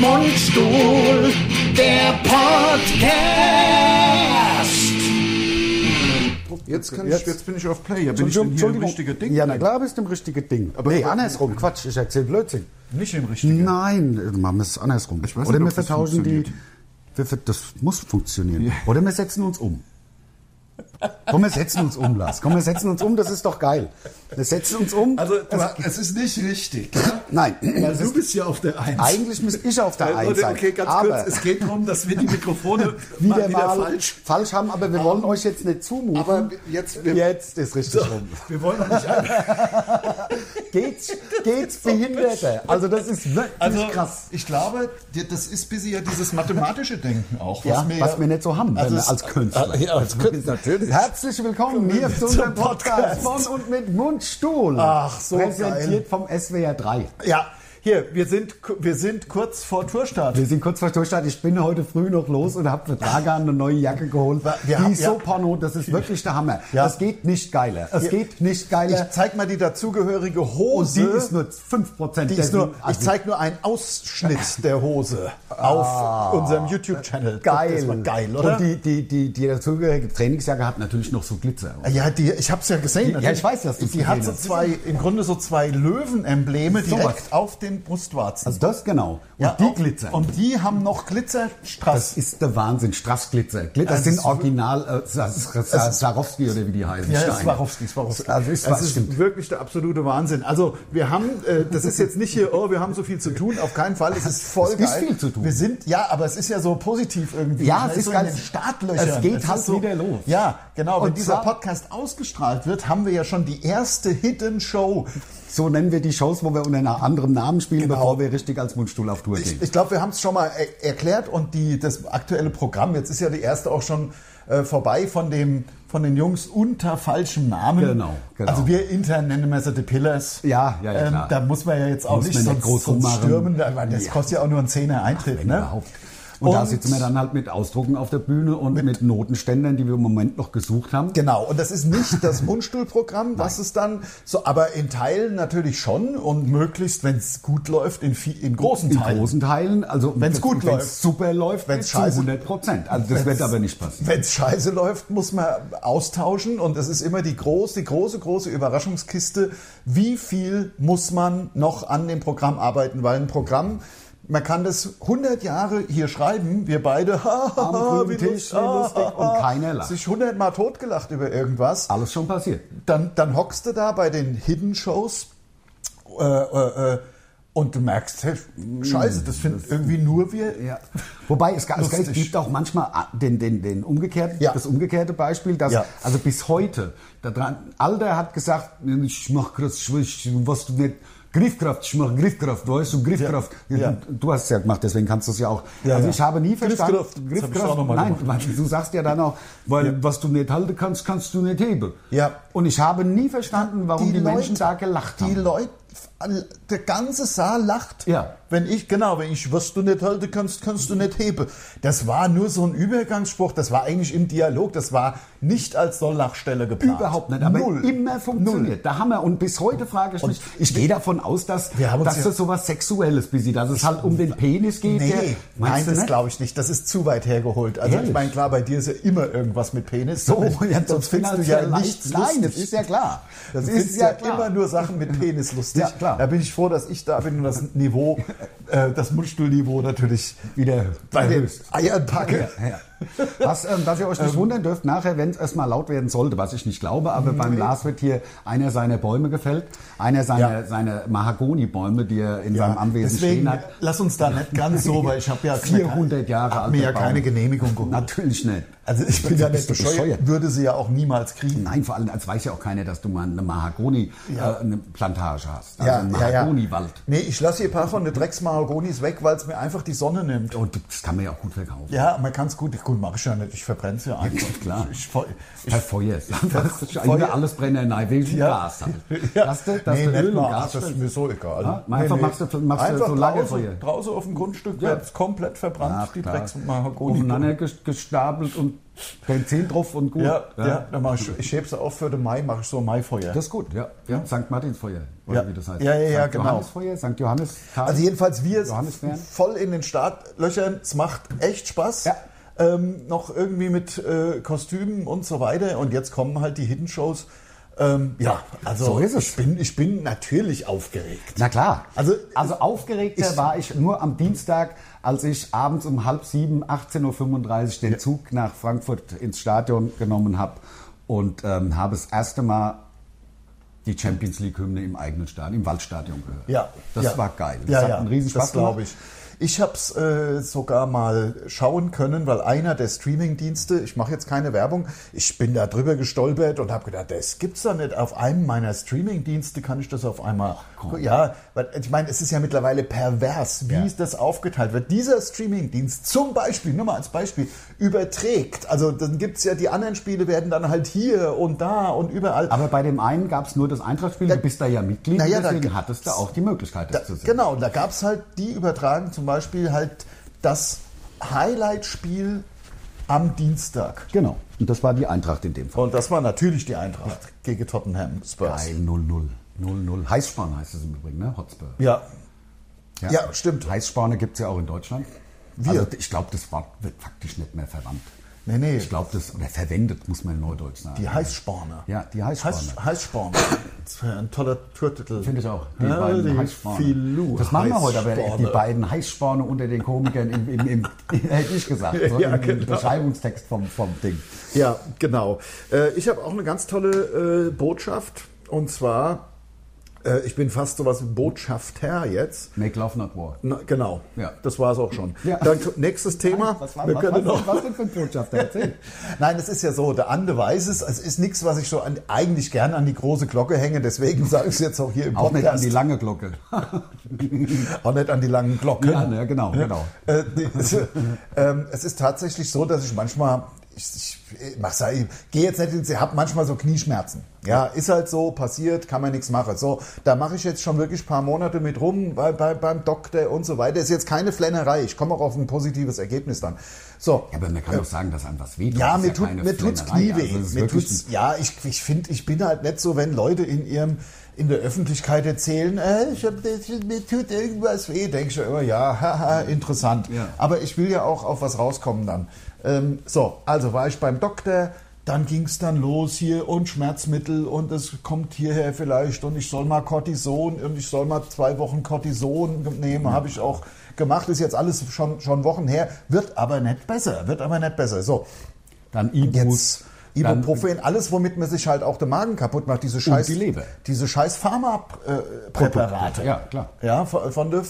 Mundstuhl, der Podcast. Jetzt, kann Jetzt- ich, jetzt bin ich auf Play. Ja, bin ich denn Entschuldigung, hier im Entschuldigung. richtigen Ding? Ja, na klar bist du im richtigen Ding. Aber- nee, aber- andersrum. Quatsch, ich erzähle Blödsinn. Nicht im richtigen. Nein, äh, machen wir es andersrum. Ich weiß Oder nicht, wir ob das vertauschen die. funktioniert. Wir, ver- das muss funktionieren. Ja. Oder wir setzen uns um. Komm, wir setzen uns um, Lars. Komm, wir setzen uns um, das ist doch geil. Wir setzen uns um. Also, du- Das- es ist nicht richtig. nein. Weil Das du ist, bist ja auf der Eins. eigentlich müsste ich auf der Äh, Eins oder, sein. Okay, ganz aber kurz. Es geht darum, dass wir die Mikrofone mal wieder mal falsch. falsch haben, aber wir wollen euch jetzt nicht zumuten. Aber jetzt- wir- jetzt ist richtig rum. Wir wollen doch nicht einfach. Geht's, geht's Behinderte? Also das ist wirklich Also, krass. ich glaube, dir- das ist bis ja dieses mathematische Denken auch. Ja, wir was wir nicht so haben, wenn Also wir es- als Künstler. Ja, das könnte natürlich. Herzlich willkommen hier zu zum unserem Podcast Podcast. von und mit Mundstuhl. Ach, so Präsentiert vom SWR 3. Ja, hier, wir sind, wir sind kurz vor Tourstart. Wir sind kurz vor Durchstart. Ich bin heute früh noch los und habe für Dragan eine neue Jacke geholt. Wir die haben- ist so ja. porno, das ist wirklich der Hammer. Ja. Es geht nicht geiler. Es Ja. geht nicht geiler. Ich zeig mal die dazugehörige Und Oh, die Hose. ist nur 5% Die ist dessen, nur, ich also- zeige nur einen Ausschnitt der Hose auf unserem YouTube-Channel. Ah. Geil. Das war geil, oder? Und die, die, die, die dazugehörige Trainingsjacke hat natürlich noch so Glitzer. ja, die, ich habe es ja gesehen. Ja, ich weiß, dass du's Die hat gesehen so hast. zwei, im Grunde so zwei Löwenembleme So direkt was. auf den Brustwarzen. Also das genau. Und Ja, die auch- Glitzer. Und die haben noch das Glitzerstrass. ist der Wahnsinn. Strassglitzer. Glitzer Also es sind ist- original äh, Sa- Sa- Sa- Swarovski oder wie die heißen. Ja, Steine. Swarovski, Swarovski. Also ist, das was, ist stimmt. wirklich der absolute Wahnsinn. Also wir haben, äh, das ist jetzt nicht hier, oh, wir haben so viel zu tun. Auf keinen Fall. Es ist voll Es ist geil. viel zu tun. Wir sind, ja, aber es ist ja so positiv irgendwie. Ja, Man es ist so in ganz- den Startlöchern. es geht ist halt wieder los. Ja, genau. Und Wenn dieser zwar- Podcast ausgestrahlt wird, haben wir ja schon die erste Hidden Show. So nennen wir die Shows, wo wir unter einem anderen Namen spielen, Genau. bevor wir richtig als Mundstuhl auf Tour gehen. Ich, ich glaube, wir haben es schon mal er erklärt und die, das aktuelle Programm, jetzt ist ja die erste auch schon äh, vorbei von, dem, von den Jungs unter falschem Namen. Genau, genau. Also wir intern nennen wir sie The Pillars. Ähm, Ja, ja, ja, klar. da muss man ja jetzt auch Muss nicht man nicht sonst, groß sonst rummachen. stürmen, weil das Ja. kostet ja auch nur einen Zehner Eintritt. Wenn ne? überhaupt. Und, da sitzen wir dann halt mit Ausdrucken auf der Bühne und mit, Notenständern, die wir im Moment noch gesucht haben. Genau, und das ist nicht das Mundstuhlprogramm, was es dann so, aber in Teilen natürlich schon und möglichst, wenn es gut läuft, in, viel- in großen In Teilen. großen Teilen, also Wenn's gut wenn's läuft. super läuft, Wenn's zu scheiße- 100 Prozent. Also das Wenn's- wird aber nicht passieren. Wenn es scheiße läuft, muss man austauschen und es ist immer die große, die große, große Überraschungskiste, wie viel muss man noch an dem Programm arbeiten, weil ein Programm, man kann das 100 Jahre hier schreiben, wir beide, grünen Ah, wie ah, Tisch, lust- wie lustig, und keiner lacht. sich 100 Mal totgelacht über irgendwas, Alles schon passiert. dann, dann hockst du da bei den Hidden Shows äh, äh, äh, und du merkst, hey, scheiße, das finden irgendwie nur wir. Mm, Ja. Wobei es, ga- es Lustig. gibt auch manchmal ah, den, den, den umgekehrten, Ja. das umgekehrte Beispiel, dass Ja. also bis heute, da dran, Alder hat gesagt, ich mach das, ich, ich- was du nicht, Griffkraft, ich mach Griffkraft, weißt du, Griffkraft. Ja. Ja. Du hast es ja gemacht, deswegen kannst du es ja auch. Ja, also ja. ich habe nie Griffkraft, verstanden. das hab ich auch noch mal nein, gemacht. weil du sagst ja dann auch, weil was du nicht halten kannst, kannst du nicht heben. Ja. Und ich habe nie verstanden, warum die, Leute- Menschen da gelacht haben. Die Leute, der ganze Saal lacht. Ja. Wenn ich, genau, wenn ich, was du nicht halten kannst, kannst du nicht heben. Das war nur so ein Übergangsspruch, das war eigentlich im Dialog, das war nicht als Solllachstelle geplant. Überhaupt nicht, aber Null. immer funktioniert. Null. Da haben wir, und bis heute frage ich mich, ich gehe davon aus, dass, Wir haben uns dass ja- das sowas Sexuelles bis sie, dass es halt um den Penis geht. Nee, der- nein, meinst du das nicht? glaube ich nicht. Das ist zu weit hergeholt. Also ich Ehrlich? meine, klar, bei dir ist ja immer irgendwas mit Penis. So, ja, sonst das findest du finanziell ja nichts leicht. lustig. Nein, das ist ja klar. Das Das du ist findest ja ja, klar. immer nur Sachen mit Penis lustig. Ja, klar. Da bin ich froh, dass ich da bin und das Niveau, äh, das Mundstuhlniveau natürlich Wieder bei den erhöht. Eiern packe. Ja, ja. Was, ähm, was ihr euch nicht wundern dürft, nachher, wenn es erstmal laut werden sollte, was ich nicht glaube, aber beim Lars wird hier einer seiner Bäume gefällt, einer seiner, Ja. seiner Mahagoni-Bäume, die er in seinem Anwesen deswegen stehen hat. lass uns da nicht ganz so, weil ich habe ja 400 Jahre hab alt. mir ja keine Genehmigung geholt. Natürlich nicht. Also ich bin ja nicht Bist du bescheuert. bescheuert? Würde sie ja auch niemals kriegen. Nein, vor allem, als weiß ja auch keiner, dass du mal eine Ja. Mahagoni-Plantage hast. Also einen Mahagoni-Wald. Nee, ich lasse hier ein paar von den Drecksmahagonis weg, weil es mir einfach die Sonne nimmt. Und das kann man ja auch gut verkaufen. Ja, man kann es gut. Gut, mache ich ja nicht. Ich verbrenne es ja einfach. klar. Ich, voll- ich, Per Feuer. Das ist Feuer. Feuer. alles brenner. Nein, wegen Ja. Gas. Halt. Ja. Dass du, dass Nee, du nicht Öl und mal. Ach, Gas Das ist spendest. mir so egal. Ja? Einfach machst du- machst du Einfach so Lagerfeuer. Draußen, draußen auf dem Grundstück wird es komplett verbrannt, Ach, die klar. Drecksmahagoni. Aufeinander ges- gestapelt und bisschen Benzin drauf und gut. Ja, ja. dann mach ich, ich heb's auf für den Mai, mache ich so ein Maifeuer. Das ist gut, ja. ja. St. Martinsfeuer, oder Ja. wie das heißt. Ja, ja, ja, St. genau. Johannesfeuer, St. Johannes. Tag. Also jedenfalls wir Johannisbeeren. voll in den Startlöchern. Es macht echt Spaß. Ja. Ähm, noch irgendwie mit äh, Kostümen und so weiter. Und jetzt kommen halt die Hidden Shows. Ähm, ja, also So ist es. Ich, bin, ich bin natürlich aufgeregt. Na klar. Also- also aufgeregter Ich- war ich nur am Dienstag, als ich abends um halb sieben, 18.35 Uhr den Zug nach Frankfurt ins Stadion genommen habe und ähm, habe das erste Mal die Champions League-Hymne im eigenen Stadion, im Waldstadion gehört. Ja, Das ja. war geil. Das ja, hat ja, einen riesen Spaß Das glaube ich. Ich habe es äh, sogar mal schauen können, weil einer der Streaming-Dienste, ich mache jetzt keine Werbung, ich bin da drüber gestolpert und habe gedacht, das gibt's doch nicht. Auf einem meiner Streaming-Dienste kann ich das auf einmal. ja, weil ich meine, es ist ja mittlerweile pervers, wie Ja. das aufgeteilt wird. Dieser Streaming-Dienst zum Beispiel, nur mal als Beispiel, überträgt. Also dann gibt's ja, die anderen Spiele werden dann halt hier und da und überall. Aber bei dem einen gab es nur das Eintrachtspiel, du bist da ja Mitglied, Na ja, da deswegen gab's- hattest du auch die Möglichkeit, das zu sehen. Genau, da gab es halt, die übertragen zum Beispiel halt das Highlight-Spiel am Dienstag. Genau. Und das war die Eintracht in dem Fall. Und das war natürlich die Eintracht gegen Tottenham Spurs. Geil, 0-0. 0-0. Heißsporn heißt es im Übrigen, ne? Hotspur. Ja. Ja, stimmt. Heißsporne gibt es ja auch in Deutschland. Wir. Also ich glaube, das Wort wird faktisch nicht mehr verwandt. Nee, nee. Ich glaube, das, oder verwendet, muss man in Neudeutsch sagen. Die Heißsporne. Ja, die Heißsporne. Heiß, Heißsporne. Das wäre ein toller Türtitel. Finde ich auch. Die ja, beiden die Heißsporne. Filou Das machen wir heute, aber die Heißsporne. beiden Heißsporne unter den Komikern, im, im, im, hätte ich gesagt, so Ja, im genau. Beschreibungstext vom, vom Ding. Ja, genau. Äh, ich habe auch eine ganz tolle äh, Botschaft. Und zwar, äh, ich bin fast sowas wie Botschafter jetzt. Make Love Not War. Na, genau. Ja. Das war es auch schon. Ja. Dann t- nächstes Thema. Was war, Wir was, können was, noch- was denn für ein Botschafter? Erzähl. Nein, das ist ja so, der Ande weiß es. Es ist nichts, was ich so an, eigentlich gerne an die große Glocke hänge. Deswegen sage ich es jetzt auch hier im Auch nicht an Podcast. die lange Glocke. auch nicht an die langen Glocken. Ja, ne, genau, genau. Äh, die- es, ähm, es ist tatsächlich so, dass ich manchmal, ich, ich, mach's ja, ich gehe jetzt nicht ins, ich habe manchmal so Knieschmerzen. Ja, ist halt so, passiert, kann man nichts machen. So, da mache ich jetzt schon wirklich ein paar Monate mit rum bei, bei, beim Doktor und so weiter. Ist jetzt keine Flennerei. Ich komme auch auf ein positives Ergebnis dann. So. Ja, aber man kann doch sagen, dass einem was wehtut. Ja, Das ist mir, tut, keine mir tut's Flennerei. Knie weh. Also, das ist mir wirklich tut's, ja, ich, ich finde, ich bin halt nicht so, wenn Leute in ihrem in der Öffentlichkeit erzählen, äh, ich hab, das- mir tut irgendwas weh, denke ich ja immer, ja, haha, interessant. Ja. Aber ich will ja auch auf was rauskommen dann. Ähm, so, also war ich beim Doktor, dann ging's dann los hier und Schmerzmittel und es kommt hierher vielleicht und ich soll mal Cortison und ich soll mal zwei Wochen Cortison nehmen, habe ich auch gemacht, ist jetzt alles schon, schon Wochen her, wird aber nicht besser, wird aber nicht besser. So, Dann Ibus. jetzt Ibuprofen, alles, womit man sich halt auch den Magen kaputt macht, diese scheiß, die Leber. diese scheiß Pharma-Präparate. Ja, klar. Ja, von von der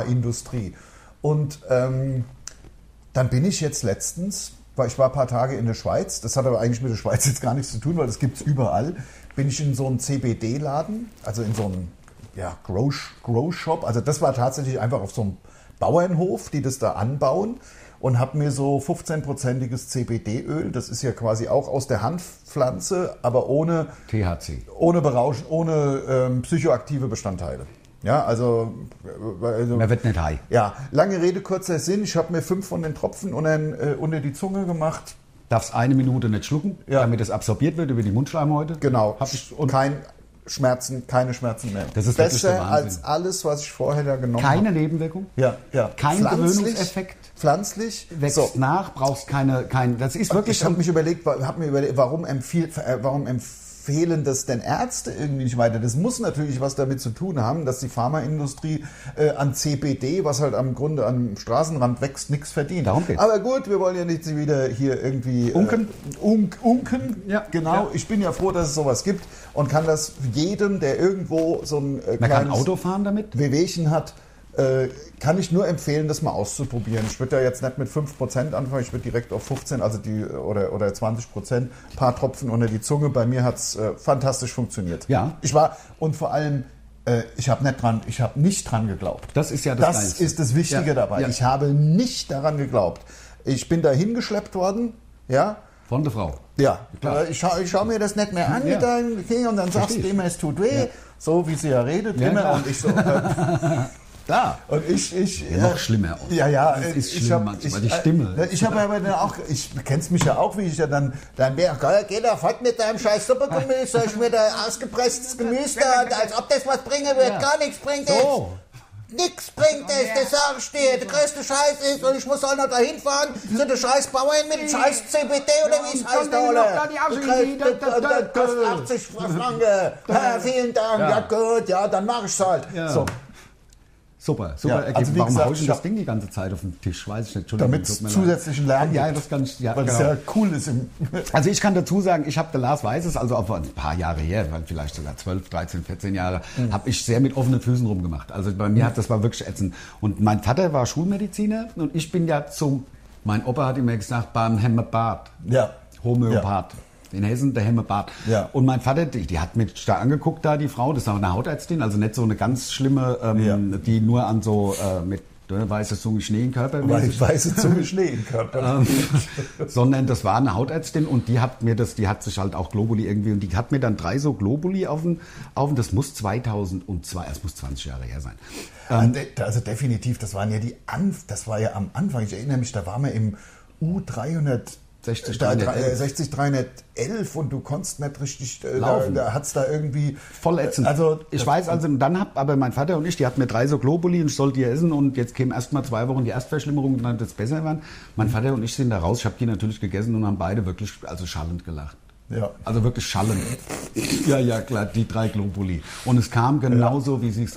Pharmaindustrie. Und ähm, dann bin ich jetzt letztens, weil ich war ein paar Tage in der Schweiz, das hat aber eigentlich mit der Schweiz jetzt gar nichts zu tun, weil das gibt es überall, bin ich in so einen CBD-Laden, also in so einen ja, Grow, Grow Shop. Also das war tatsächlich einfach auf so einem Bauernhof, die das da anbauen und habe mir so 15-prozentiges CBD-Öl, das ist ja quasi auch aus der Hanfpflanze, aber ohne THC. ohne Berausch, ohne ähm, psychoaktive Bestandteile. Ja, also, äh, also Man wird nicht high. ja, lange Rede, kurzer Sinn. Ich habe mir fünf von den Tropfen unter, äh, unter die Zunge gemacht. Darfst eine Minute nicht schlucken, Ja. damit es absorbiert wird über die Mundschleimhäute. Genau. Hab ich, und kein Schmerzen, keine Schmerzen mehr. Das ist wirklich der besser Wahnsinn. als alles, was ich vorher da genommen habe. keine Nebenwirkung. Ja, ja. Kein Pflanzlich- Gewöhnungseffekt. Pflanzlich. Wächst So. nach, brauchst keine, kein, das ist wirklich, Ich habe mich überlegt, wa- hab mir überlegt warum, empfiehl, äh, warum empfehlen das denn Ärzte irgendwie nicht weiter? Das muss natürlich was damit zu tun haben, dass die Pharmaindustrie äh, an CBD, was halt am Grunde am Straßenrand wächst, nichts verdient. Darum geht's. Aber gut, wir wollen ja nicht wieder hier irgendwie... Unken? Äh, unk, unken, Ja, genau. ja. Ich bin ja froh, dass es sowas gibt und kann das jedem, der irgendwo so ein äh, man kann kleines Auto fahren damit. Wehwehchen hat... äh, Kann ich nur empfehlen, das mal auszuprobieren. Ich würde da jetzt nicht mit 5% anfangen, ich würde direkt auf 15 also die, oder, oder 20%, ein paar Tropfen unter die Zunge. Bei mir hat es äh, fantastisch funktioniert. Ja. Ich war, und vor allem, äh, ich habe nicht dran, ich habe nicht dran geglaubt. Das ist ja das Das Geilste. ist das Wichtige Ja, dabei. ja. Ich habe nicht daran geglaubt. Ich bin da hingeschleppt worden, ja, Von der Frau. ja, Klar. äh, ich schaue ich schau mir das nicht mehr an Ja. mit deinem Kind und dann sagst Versteh du ich. immer, es tut weh. So wie sie ja redet, Ja, immer klar. und ich so. Äh, Da. Und ich, ich. äh, Ja, noch schlimmer auch. Ja, ja. Das äh, ist schlimm manchmal, die äh, Stimme. na, Ich habe aber dann auch, ich kennst mich ja auch, wie ich ja dann, dann wäre, geil, geh da fort mit deinem scheiß Suppegemüse, soll ich mir da ausgepresstes Gemüse da, als ob das was bringen wird, Ja. Gar nichts bringt So. es. Nix bringt oh es, das sag ich dir. Der größte Scheiß ist, und ich muss auch noch dahin fahren, zu den scheiß Bauern mit dem scheiß CBD oder wie Hm. es und heißt, dann noch da Alter. die Du Abschiede, kriegst- da, da, da, das kostet 80 Franken. Ja, vielen Dank, ja. Ja. gut, ja, dann mach ich's halt. Ja. So, Super, Ja, super also Ergebnis. wie Warum gesagt, haue ich denn ich das hab- Ding die ganze Zeit auf den Tisch? Weiß ich nicht. Entschuldigung, damit es tut mir leid. zusätzlichen Lernen Ja, gibt. das kann ich. Ja, Weil es genau. ja cool ist. Im Also ich kann dazu sagen, ich habe der Lars Weißes, also auf ein paar Jahre her, weil vielleicht sogar 12, 13, 14 Jahre, Mhm. habe ich sehr mit offenen Füßen rumgemacht. Also bei mir hat das war wirklich ätzend. Und mein Vater war Schulmediziner und ich bin ja zum, mein Opa hat immer gesagt, beim Hämmerbad. Ja. Homöopath. In Hessen der Hemmebart. Ja. Und mein Vater, die, die hat mich da angeguckt, da die Frau, das ist auch eine Hautärztin, also nicht so eine ganz schlimme, ähm, Ja. die nur an so äh, mit äh, weißer Zunge Schnee im Körper Weil mäßig- ich weiße Zunge Schnee im Körper. sondern das war eine Hautärztin und die hat mir das, die hat sich halt auch Globuli irgendwie und die hat mir dann drei so Globuli auf den, auf den das muss 2002, es muss 20 Jahre her sein. Also de- also definitiv, das waren ja die Anf das war ja am Anfang, ich erinnere mich, da waren wir im U300 60, 311. 60 311 äh, und du konntest nicht richtig äh, Laufen. Da, da hat's da irgendwie Voll ätzend. Also ich weiß also, und dann hab aber mein Vater und ich, die hatten mir drei so Globuli und ich sollte die essen und jetzt kämen erst mal zwei Wochen die Erstverschlimmerung und dann das besser waren. Mein Vater und ich sind da raus, ich habe die natürlich gegessen und haben beide wirklich, also schallend gelacht. Ja. Also wirklich schallend. ja, ja, klar, die drei Globuli. Und es kam genauso, wie sie es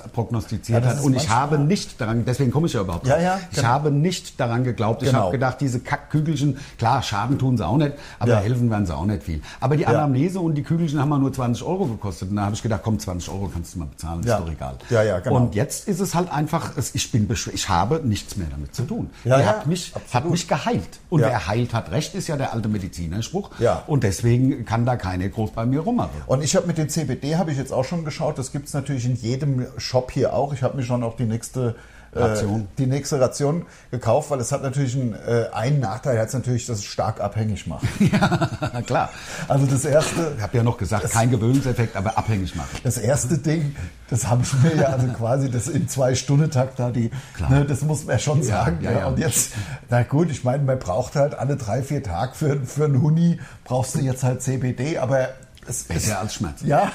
Ja, prognostiziert das hat. ist Und ich manchmal- habe nicht daran, deswegen komme ich ja überhaupt Ja, drauf. ja, Ich genau. habe nicht daran geglaubt. Ich Genau. habe gedacht, diese Kackkügelchen, klar, Schaden tun sie auch nicht, aber Ja. helfen werden sie auch nicht viel. Aber die Anamnese und die Kügelchen haben mal nur 20 Euro gekostet. Und da habe ich gedacht, komm, 20 Euro kannst du mal bezahlen, Ja. ist doch egal. Ja, ja, genau. Und jetzt ist es halt einfach, es- ich bin beschw- ich habe nichts mehr damit zu tun. Ja, Die ja, hat, mich, hat absolut. mich geheilt. Und Ja. wer heilt, hat recht, ist ja der alte Medizinerspruch. Ja. Und deswegen kann da keiner groß bei mir rummachen. Und ich habe mit dem CBD habe ich jetzt auch schon geschaut. Das gibt es natürlich in jedem Shop hier auch. Ich habe mir schon auch die nächste äh, Ration. die nächste Ration gekauft, weil es hat natürlich einen, äh, einen Nachteil, hat es natürlich, dass es stark abhängig macht. Na klar. Also das erste, Ich habe ja noch gesagt, kein Gewöhnungseffekt, aber abhängig machen. das erste Ding, das haben ich mir ja also quasi das im Zwei-Stunden-Takt da die, Klar. ne, das muss man ja schon Ja, sagen. ja, ne? ja. Und jetzt, na gut, ich meine, man braucht halt alle drei, vier Tage für, für einen Huni brauchst du jetzt halt CBD, aber es Besser als Schmerz. ja.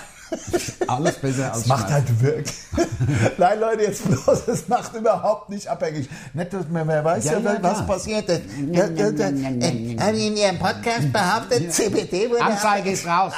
Alles besser als Es macht Schmerz. halt wirklich. Nein, Leute, jetzt bloß, es macht überhaupt nicht abhängig. Nicht, dass man, man weiß ja, Ja, ja, was klar. passiert ist. Ja, ja, ja, ja, ja, ja. Äh, Haben in Ihrem Podcast behauptet, CBD wurde Anzeige ist raus.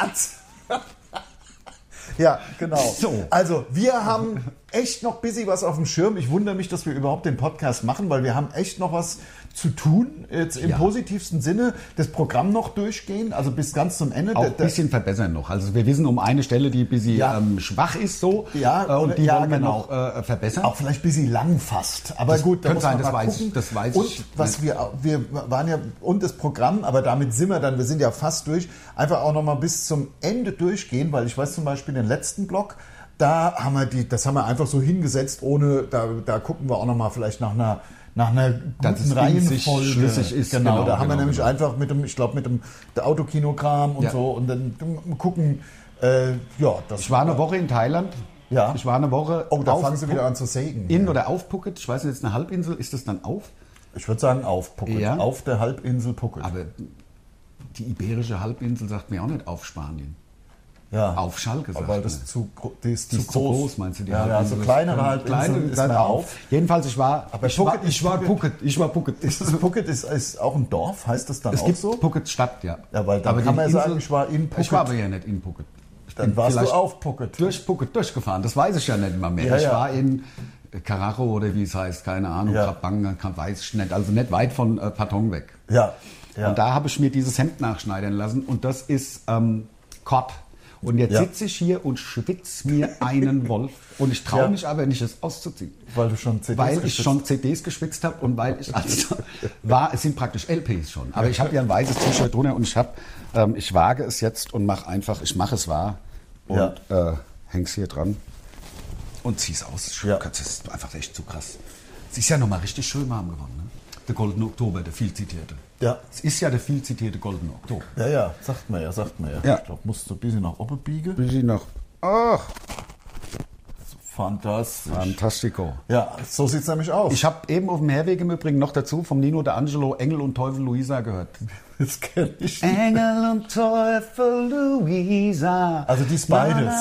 Ja, genau. So. Also, wir haben echt noch busy was auf dem Schirm. Ich wundere mich, dass wir überhaupt den Podcast machen, weil wir haben echt noch was zu tun. Jetzt im Ja. positivsten Sinne das Programm noch durchgehen, also bis ganz zum Ende. Auch Da- ein da- bisschen verbessern noch. Also wir wissen um eine Stelle, die ein bisschen Ja. ähm, schwach ist so. Ja, äh, und die ja, wollen wir genau. noch äh, verbessern. auch vielleicht ein bisschen lang fast. Aber Das gut, da könnte muss sein, man das mal weiß gucken. ich, das weiß und ich. was wir, auch- wir waren ja, und das Programm, aber damit sind wir dann, wir sind ja fast durch, einfach auch nochmal bis zum Ende durchgehen, weil ich weiß zum Beispiel den letzten Block, da haben wir die, das haben wir einfach so hingesetzt, ohne, da, da gucken wir auch nochmal vielleicht nach einer nach einer guten Dass es in sich Reihenfolge. schlüssig ist, Genau, genau, da haben wir genau, nämlich genau. einfach mit dem, ich glaube, mit dem Autokinogramm und Ja. so und dann gucken, äh, ja, das Ich war eine Woche in Thailand. Ja. Ich war eine Woche Oh, da auf fangen sie Phu- wieder an zu sägen. In oder auf Phuket, ich weiß nicht, ist eine Halbinsel, ist das dann auf? Ich würde sagen auf Puckelt. Ja. Auf der Halbinsel Puckelt. Aber die iberische Halbinsel sagt mir auch nicht auf Spanien. ja. Auf Schalke sagt Aber weil man. das zu, gro- die ist Die ist zu groß. meinst du die Ja, ja, so Halbinsel? kleinere Kleine- Halbinsel ist kleine mehr auf. auf. Jedenfalls, ich war, Aber ich Phuket war, ist ich war Phuket. Phuket, ich war Phuket. Ist das Puckett ist, ist auch ein Dorf, heißt das dann Es auch gibt so? Phuket Stadt, ja. Ja, weil dann Aber kann die man ja sagen, ich war in Phuket. Ich war aber ja nicht in Phuket. Ich Dann bin warst du vielleicht auf Puckett. Durch Phuket durchgefahren, das weiß ich ja nicht mal mehr. Ja, ich ja. war in Karacho oder wie es heißt, keine Ahnung, Ja. Krabang, kann- weiß ich nicht. Also nicht weit von äh, Patong weg. Ja. ja. Und da habe ich mir dieses Hemd nachschneidern lassen und das ist ähm, Kord. Und jetzt Ja. sitze ich hier und schwitze mir einen Wolf. Und ich traue Ja. mich aber nicht, es auszuziehen. Weil du schon CDs Weil ich geschwitzt schon CDs geschwitzt habe und weil ich also war, es sind praktisch LPs schon. Aber ich habe ja ein weißes T-Shirt drunter und ich habe, ähm, ich wage es jetzt und mache einfach, ich mache es wahr und äh, häng's hier dran und zieh's aus. Ich Ja. schwör, Das ist einfach echt zu krass. Es ist ja nochmal richtig schön warm geworden. Ne? Der Goldene Oktober, der viel zitierte. Ja. Es ist ja der viel zitierte Goldene Oktober. ja, ja, sagt man ja, sagt man ja. Ja. Ich glaube, musst du ein bisschen nach oben biegen. Bisschen noch. Ach, Fantastisch. Fantastico. Ja, so sieht's nämlich aus. Ich habe eben auf dem Herweg im Übrigen noch dazu vom Nino D'Angelo Engel und Teufel Luisa gehört. das kenn Äh, ich. Engel und Teufel Luisa. Also dies beides.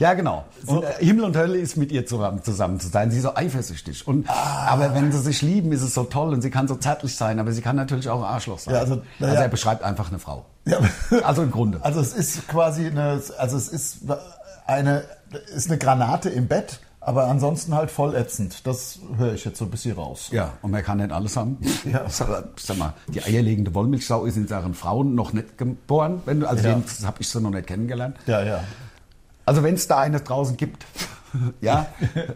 Ja, genau. Und, äh, Himmel und Hölle ist mit ihr zusammen, zusammen zu sein. Sie ist so eifersüchtig. Und, Aber wenn sie sich lieben, ist es so toll und sie kann so zärtlich sein, aber sie kann natürlich auch ein Arschloch sein. Ja, also, na ja. er beschreibt einfach eine Frau. Ja. Also im Grunde. Also es ist quasi eine, also es ist eine, ist eine Granate im Bett, aber ansonsten halt voll ätzend. Das höre ich jetzt so ein bisschen raus. Ja, und man kann nicht alles haben. Ja. Sag, sag mal, die eierlegende Wollmilchsau ist in Sachen Frauen noch nicht geboren. Wenn du, also Ja. den habe ich so noch nicht kennengelernt. Ja, ja. Also wenn es da eine draußen gibt, ja,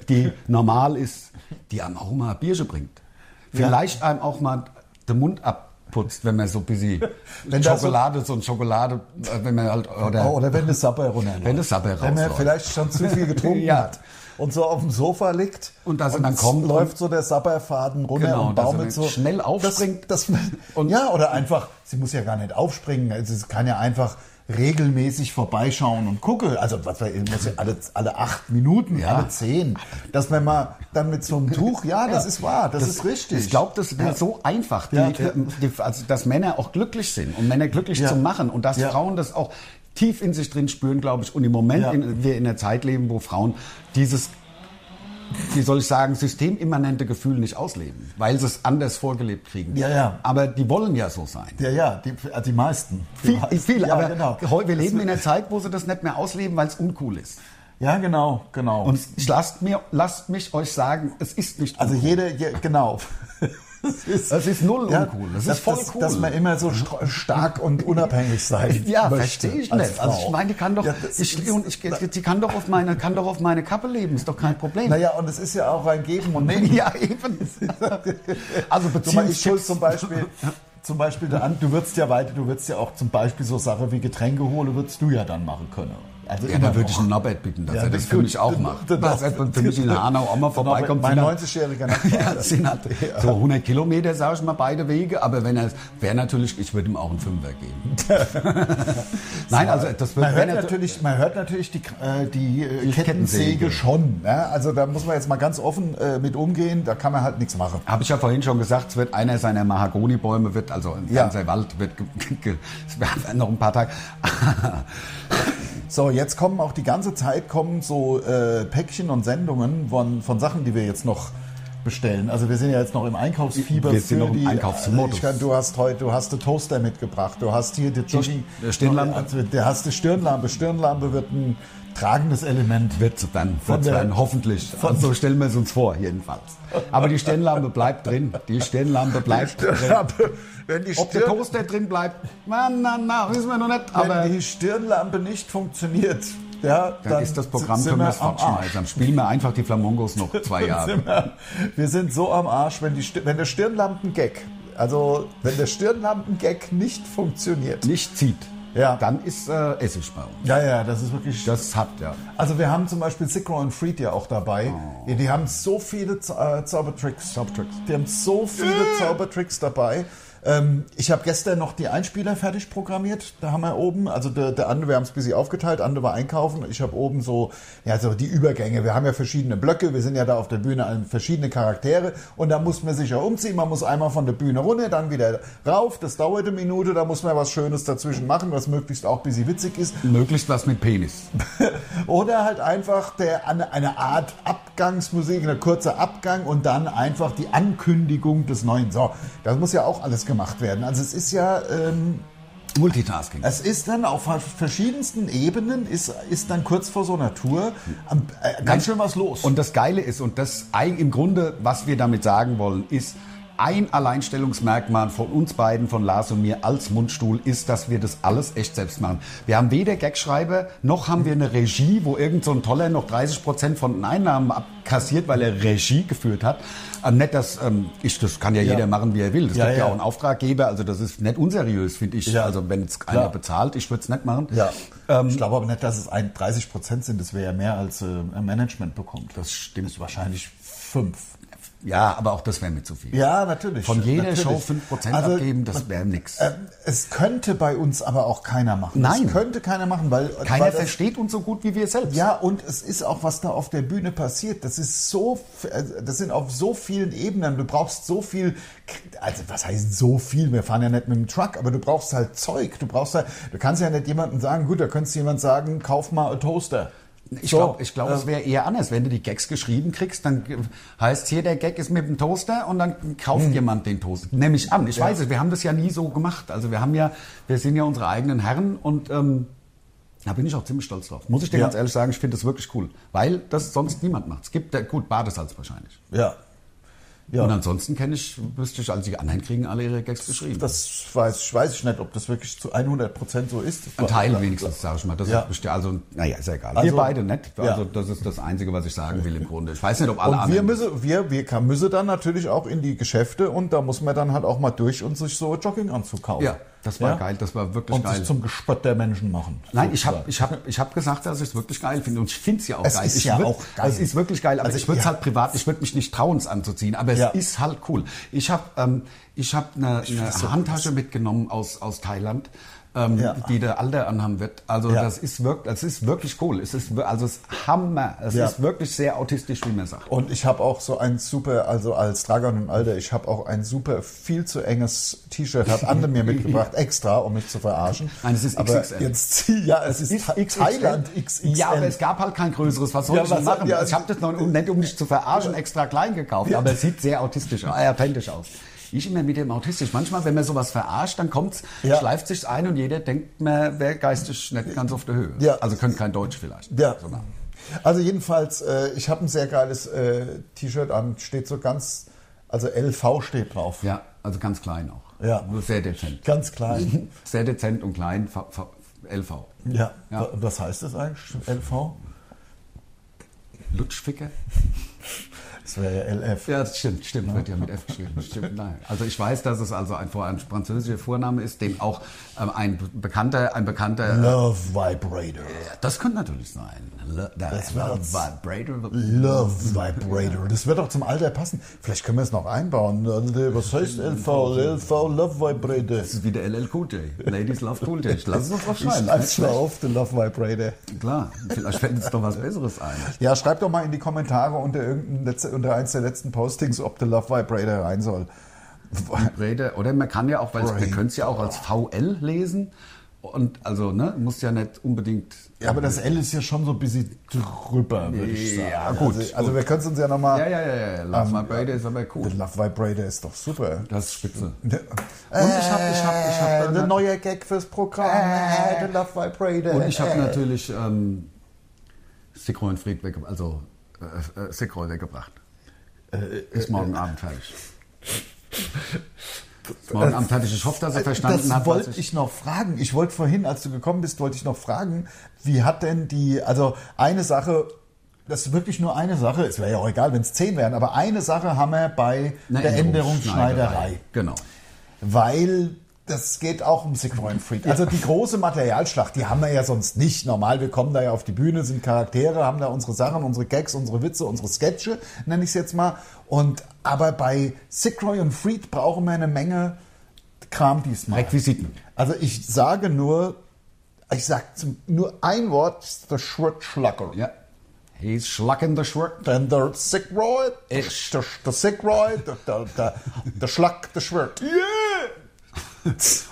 die normal ist, die einem auch mal ein Bierchen bringt. Vielleicht einem auch mal den Mund abputzt, wenn man so ein bisschen Wenn da so- Schokolade, so, ein Schokolade, äh, wenn man halt, oder, Oh, oder wenn das Sapper runterläuft. Wenn das Sapper Wenn man rausläuft. vielleicht schon zu viel getrunken Ja. hat und so auf dem Sofa liegt Und dass er dann es kommt läuft so der Sapperfaden runter Genau, und dass er baumelt dann so schnell aufspringt. Das, das, Und- ja, oder einfach, sie muss ja gar nicht aufspringen, also sie kann ja einfach regelmäßig vorbeischauen und gucke, also was weiß ich, muss ja alle, alle acht Minuten, Ja. alle zehn, dass man mal dann mit so einem Tuch, ja, das ist wahr, das, ist richtig. Ich glaube, das wäre so einfach, die, Ja. die, also, dass Männer auch glücklich sind und Männer glücklich Ja. zu machen und dass Ja. Frauen das auch tief in sich drin spüren, glaube ich. Und im Moment, Ja. in, wir in einer Zeit leben, wo Frauen dieses, wie soll ich sagen, systemimmanente Gefühl nicht ausleben, weil sie es anders vorgelebt kriegen. Ja, ja. Aber die wollen ja so sein. ja, ja, die, die meisten. Die Viel, meisten. viel ja, aber genau. heu- wir leben in einer Zeit, wo sie das nicht mehr ausleben, weil es uncool ist. Ja, genau, genau. Und ich lasst, mir, lasst mich euch sagen, es ist nicht Also uncool. jede, je, genau. Es ist, Es ist null uncool. Es ist dass- voll dass, cool. Dass man immer so str- stark und unabhängig sein Ja, möchte verstehe ich als nicht. Also Frau. ich meine, die kann doch, Ja, das ich, ist- und ich, die kann doch auf meine, kann doch auf meine Kappe leben, ist doch kein Problem. Naja, und es ist ja auch ein Geben und Nehmen. Ja, eben. Also Guck mal, ich schuld Beziehungstipps. zum Beispiel, zum Beispiel daran, du würdest ja weiter, du würdest ja auch zum Beispiel so Sachen wie Getränke holen, würdest du ja dann machen können. Also Ja, immer da würde ich noch. einen Norbert bitten, dass Ja, er das das für gut. mich auch macht. Dann- dann- Dass er für mich in Hanau auch mal vorbeikommt. Also Mein Sind halt- 90-jähriger ja, Nachbar. sind halt so 100 Kilometer, sage ich mal, beide Wege. Aber wenn er, wäre natürlich, ich würde ihm auch einen Fünfer geben. Nein, also das Man wird, hört, wenn er, natürlich, man hört natürlich die, äh, die äh, Kettensäge, Kettensäge. schon. Ne? Also da muss man jetzt mal ganz offen äh, mit umgehen, da kann man halt nichts machen. Habe ich ja vorhin schon gesagt, es wird einer seiner Mahagonibäume, wird also im Ja. ganzen Wald, wird ge- ge- es werden noch ein paar Tage. So, jetzt kommen auch die ganze Zeit kommen so äh, Päckchen und Sendungen von, von Sachen, die wir jetzt noch bestellen. Also wir sind ja jetzt noch im Einkaufsfieber. Wir sind für noch im die- äh, Einkaufsmodus. Ich kann, du hast heute, du hast den Toaster mitgebracht, du hast hier die Jogging, der Stirnlampe. Also, du hast die Stirnlampe. Stirnlampe wird ein tragendes Element. Wird es dann, Von wird's der- dann hoffentlich. so stellen wir es uns vor, jedenfalls. Aber die Stirnlampe bleibt drin. Die Stirnlampe bleibt drin. Wenn die Ob der Toaster drin bleibt, na, na, na, wissen wir noch nicht. Wenn Aber die Stirnlampe nicht funktioniert, ja, dann, dann ist das Programm sind für wir das am Arsch. Dann spielen wir einfach die Flamongos noch zwei Jahre. Sind wir- Wir sind so am Arsch, wenn, die, Stir- wenn der Stirnlampen-Gag, also wenn der Stirnlampen-Gag nicht funktioniert. Nicht zieht. Ja. Dann ist äh, Essig bei uns. Ja, ja, das ist wirklich. Das habt ihr. Oh. Also wir haben zum Beispiel Sickro und Fried ja auch dabei. Ja, Die haben so viele Z äh, Zaubertricks. Zaubertricks. Äh. Die haben so viele Zaubertricks dabei. Ähm, ich habe gestern noch die Einspieler fertig programmiert. Da haben wir oben, also der, der andere, wir haben es ein bisschen aufgeteilt, andere war einkaufen. Ich habe oben so, ja, so die Übergänge. Wir haben ja verschiedene Blöcke. Wir sind ja da auf der Bühne ähm, verschiedene Charaktere. Und da muss man sich ja umziehen. Man muss einmal von der Bühne runter, dann wieder rauf. Das dauert eine Minute. Da muss man was Schönes dazwischen machen, was möglichst auch ein bisschen witzig ist. Möglichst was mit Penis. Oder halt einfach der, eine, eine Art Abgangsmusik, ein kurzer Abgang und dann einfach die Ankündigung des Neuen. So, das muss ja auch alles gemacht werden. Also es ist ja, ähm, Multitasking. es ist dann auf verschiedensten Ebenen, ist, ist dann kurz vor so einer Tour am- äh, ganz schön was los. Und das Geile ist, und das eig- im Grunde, was wir damit sagen wollen, ist, ein Alleinstellungsmerkmal von uns beiden, von Lars und mir als Mundstuhl, ist, dass wir das alles echt selbst machen. Wir haben weder Gagschreiber, noch haben wir eine Regie, wo irgend so ein Toller noch 30% von den Einnahmen abkassiert, weil er Regie geführt hat. Ähm, nicht, dass, ähm, ich, das kann ja, jeder machen, wie er will. Das Ja, gibt ja ja. auch einen Auftraggeber, also das ist nicht unseriös, finde ich. Ja. Also wenn es Klar. einer bezahlt, ich würde es nicht machen. ja. ähm, ich glaube aber nicht, dass es ein 30 Prozent sind. Das wäre ja mehr als äh, ein Management bekommt. Das stimmt. wahrscheinlich fünf. Ja, aber auch das wäre mir zu viel. Ja, natürlich. Von jeder natürlich. Show 5% Also, abgeben, das wäre nix. äh, Es könnte bei uns aber auch keiner machen. Nein. Es könnte keiner machen, weil Keiner weil das- versteht uns so gut wie wir selbst. Ja, und es ist auch, was da auf der Bühne passiert. Das ist so, f- also das sind auf so vielen Ebenen. Du brauchst so viel, K- also was heißt so viel? Wir fahren ja nicht mit dem Truck, aber du brauchst halt Zeug. Du brauchst halt, du kannst ja nicht jemandem sagen, gut, da könntest du jemand sagen, kauf mal einen Toaster. Ich So, Ähm. glaube, glaub, es wäre eher anders. Wenn du die Gags geschrieben kriegst, dann heißt hier, der Gag ist mit dem Toaster und dann Hm. kauft jemand den Toaster. Nehme ich an. Ich weiß es, wir haben das ja nie so gemacht. Also wir haben ja, wir sind ja unsere eigenen Herren und ähm, da bin ich auch ziemlich stolz drauf. Muss ich dir Ja. ganz ehrlich sagen, ich finde das wirklich cool. Weil das sonst niemand macht. Es gibt, äh, gut, Badesalz wahrscheinlich. Ja. Und Ja. ansonsten kenne ich, wüsste ich, also die anderen kriegen alle ihre Gags geschrieben. Das weiß, weiß ich nicht, ob das wirklich zu 100 Prozent so ist. Ein Teil wenigstens, sage ich mal. Das Ja. ist bestimmt, also, naja, ist ja egal. Also- wir beide nicht. Also Ja. das ist das Einzige, was ich sagen will im Grunde. Ich weiß nicht, ob alle Und wir anderen... müssen, wir, wir kann- müssen dann natürlich auch in die Geschäfte und da muss man dann halt auch mal durch und sich so einen Jogginganzug kaufen. ja, das war Ja? geil. Das war wirklich Und geil. sich zum Gespött der Menschen machen. Nein, ich habe ich hab, ich hab gesagt, dass ich es wirklich geil finde. Und ich finde es ja auch Es geil. ist ich ja auch geil. Es ist wirklich geil. Aber Also ich würde es ja. halt privat, ich würde mich nicht trauen, es anzuziehen. Aber es Ja. ist halt cool. Ich habe ähm, ich hab eine, eine Handtasche mitgenommen aus, aus Thailand. Ähm, Ja. die der Alder anhaben wird. Also Ja. das ist wirklich, das ist wirklich cool. Es ist wir- also es ist Hammer. Es Ja. ist wirklich sehr autistisch, wie man sagt. Und ich habe auch so ein super, also als Dragan und Alter, ich habe auch ein super viel zu enges T-Shirt hat Ande mir mitgebracht, extra, um mich zu verarschen. Nein, es ist aber XXL. Jetzt zieh, ja, es ist, XXL. Thailand XXL. Ja, aber es gab halt kein größeres. Was soll Ja, ich was denn soll- machen? ja, äh, ich habe das noch um- nicht, um dich zu verarschen, extra klein gekauft. Aber es sieht sehr autistisch, äh, authentisch aus. Ich immer mit dem autistisch. Manchmal, wenn man sowas verarscht, dann kommt's, Ja. schleift sich's ein und jeder denkt, man wäre geistig nicht ganz auf der Höhe. Ja. Also könnte kein Deutsch vielleicht. Ja. So machen. Also jedenfalls, äh, ich habe ein sehr geiles äh, T-Shirt an, steht so ganz, also LV steht drauf. ja, also ganz klein auch. Ja. Sehr dezent. Ganz klein. Sehr dezent und klein. V v LV. ja. Ja. Wa- Was heißt das eigentlich, LV? Lutschficker? Das wäre ja LF. Ja, das stimmt, stimmt, wird ja mit F geschrieben. Stimmt, nein. Also ich weiß, dass es also ein, vor- ein französischer Vorname ist, den auch ähm, ein bekannter, ein bekannter. Love Vibrator. Das könnte natürlich sein. Lo- da- Das Love wär's. Vibrator. Love Vibrator. Das wird doch zum Alter passen. Vielleicht können wir es noch einbauen. Was heißt LV? LV Love Vibrator. Das ist wie der LL Cool J. Ladies love Cool J. Lass es uns drauf Ich schreiben. ne? schreib's mal auf, den Love Vibrator. Klar, vielleicht fällt uns doch was Besseres ein. Ja, schreibt doch mal in die Kommentare unter, irgendein letzte, unter eins der letzten Postings, ob der Love Vibrator rein soll. Rede. Oder man kann ja auch, weil es- wir Brain. können es ja auch als VL lesen. Und also, ne, muss ja nicht unbedingt. Ja, aber das L ist ja schon so ein bisschen drüber, würde ich sagen. Ja, gut, Also, also wir können es uns ja nochmal... Ja, ja, ja, ja. Love Vibrator ist aber Der cool. Love Vibrator Ähm, ist doch super. Das ist spitze. Ne, Und ich habe, ich habe, ich habe... Äh, Eine neue Gag fürs Programm. Äh, der Love Vibrator. Und ich habe Äh. natürlich ähm, Sigrun Fried weggebracht, also äh, äh, Sigrun weggebracht. Äh, Ist morgen Abend fertig. Ist morgen Abend fertig. Ich hoffe, dass er verstanden also, das hat. wollte was ich noch fragen. Ich wollte vorhin, als du gekommen bist, wollte ich noch fragen, wie hat denn die, also eine Sache, das ist wirklich nur eine Sache, es wäre ja auch egal, wenn es zehn wären, aber eine Sache haben wir bei Eine der Änderungsschneiderei. Genau. Weil das geht auch um Sigmund Freak. Also die große Materialschlacht, die haben wir ja sonst nicht. Normal, wir kommen da ja auf die Bühne, sind Charaktere, haben da unsere Sachen, unsere Gags, unsere Witze, unsere Sketche, nenne ich es jetzt mal. Und aber bei Sigroy und Freed brauchen wir eine Menge Kram diesmal. Requisiten. Also ich sage nur, ich sage zum, nur ein Wort, der Schrottschlacker. Ja. He's schlacking the Schwert. Dann der Sigroy, der, der Sigroy, der, der, der, der Schlack, der Schwert.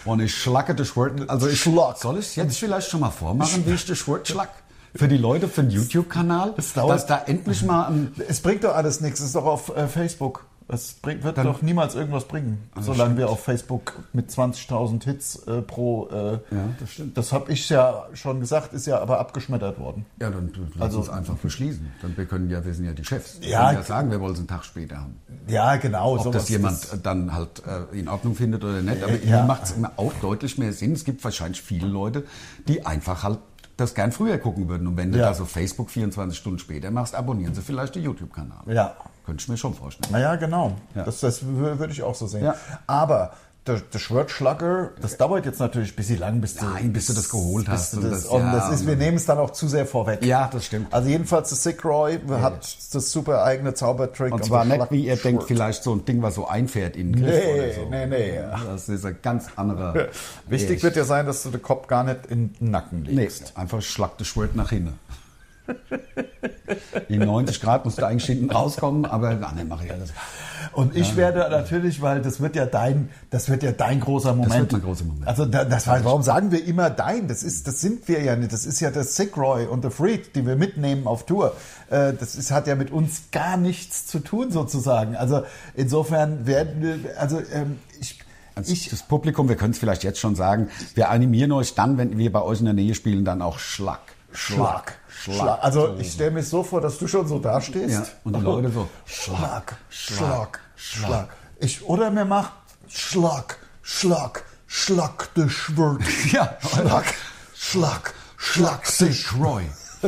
Und ich schlacke das Schwert. Also ich Schlag. Soll ich es jetzt vielleicht schon mal vormachen, wie ich das Schwert schlag? Für die Leute, für den YouTube-Kanal, Das dauert- dass da endlich mal ein Es bringt doch alles nichts, es ist doch auf äh, Facebook. Es bringt, wird doch niemals irgendwas bringen, solange wir auf Facebook mit 20.000 Hits äh, pro. Äh, Ja, das stimmt. Das habe ich ja schon gesagt, ist ja aber abgeschmettert worden. Ja, dann lass uns einfach beschließen. Dann, wir können ja, wir sind ja die Chefs. Wir Also Ja, können ja sagen, wir wollen es einen Tag später haben. Ja, genau. Ob das jemand dann halt äh, in Ordnung findet oder nicht. Aber Ja. hier macht es auch deutlich mehr Sinn. Es gibt wahrscheinlich viele Leute, die einfach halt das gern früher gucken würden. Und wenn du Ja. da so Facebook 24 Stunden später machst, abonnieren sie vielleicht den YouTube-Kanal. Ja. Könnte ich mir schon vorstellen. Naja, genau. Ja. Das, das wür- würde ich auch so sehen. Ja. Aber der, der Schwertschlager, das dauert jetzt natürlich ein bisschen lang, bis du, Nein, bis du das geholt hast Und und das, das- und ja, das ist, und wir dann- nehmen es dann auch zu sehr vorweg. Ja, das stimmt. Also jedenfalls der Sick Roy hat das super eigene Zaubertrick. Und zwar der nicht, wie ihr Schlag- denkt, vielleicht so ein Ding, was so einfährt in den Griff Nee, oder so. nee, nee. Das ist ein ganz anderer. Wichtig wird ja sein, dass du den Kopf gar nicht in den Nacken Nee, legst. einfach schlagt das Schwert nach hinten. In 90 Grad musst du eigentlich hinten rauskommen, aber ah, nee, mach ich alles. Und ich werde natürlich, weil das wird ja dein, das wird ja dein großer Moment. wird mein großer Moment. Also da, das war, warum sagen wir immer dein? Das ist, das sind wir ja nicht. Das ist ja der Sick Roy und der Freak, die wir mitnehmen auf Tour. Äh, Das ist, hat ja mit uns gar nichts zu tun sozusagen. Also insofern werden wir, also ähm, ich, Also ich, das Publikum, wir können es vielleicht jetzt schon sagen, wir animieren euch dann, wenn wir bei euch in der Nähe spielen, dann auch Schlag. Schlag, Schlag. Also ich stelle mir so vor, dass du schon so dastehst. Oh, Ja, und die Leute so, Schlag, Schlag, Schlag. Ich, oder mir macht Schlag, Schlag, Schlag de Schwert. Ja. Schlag, Schlag, Schlag sich. Roy.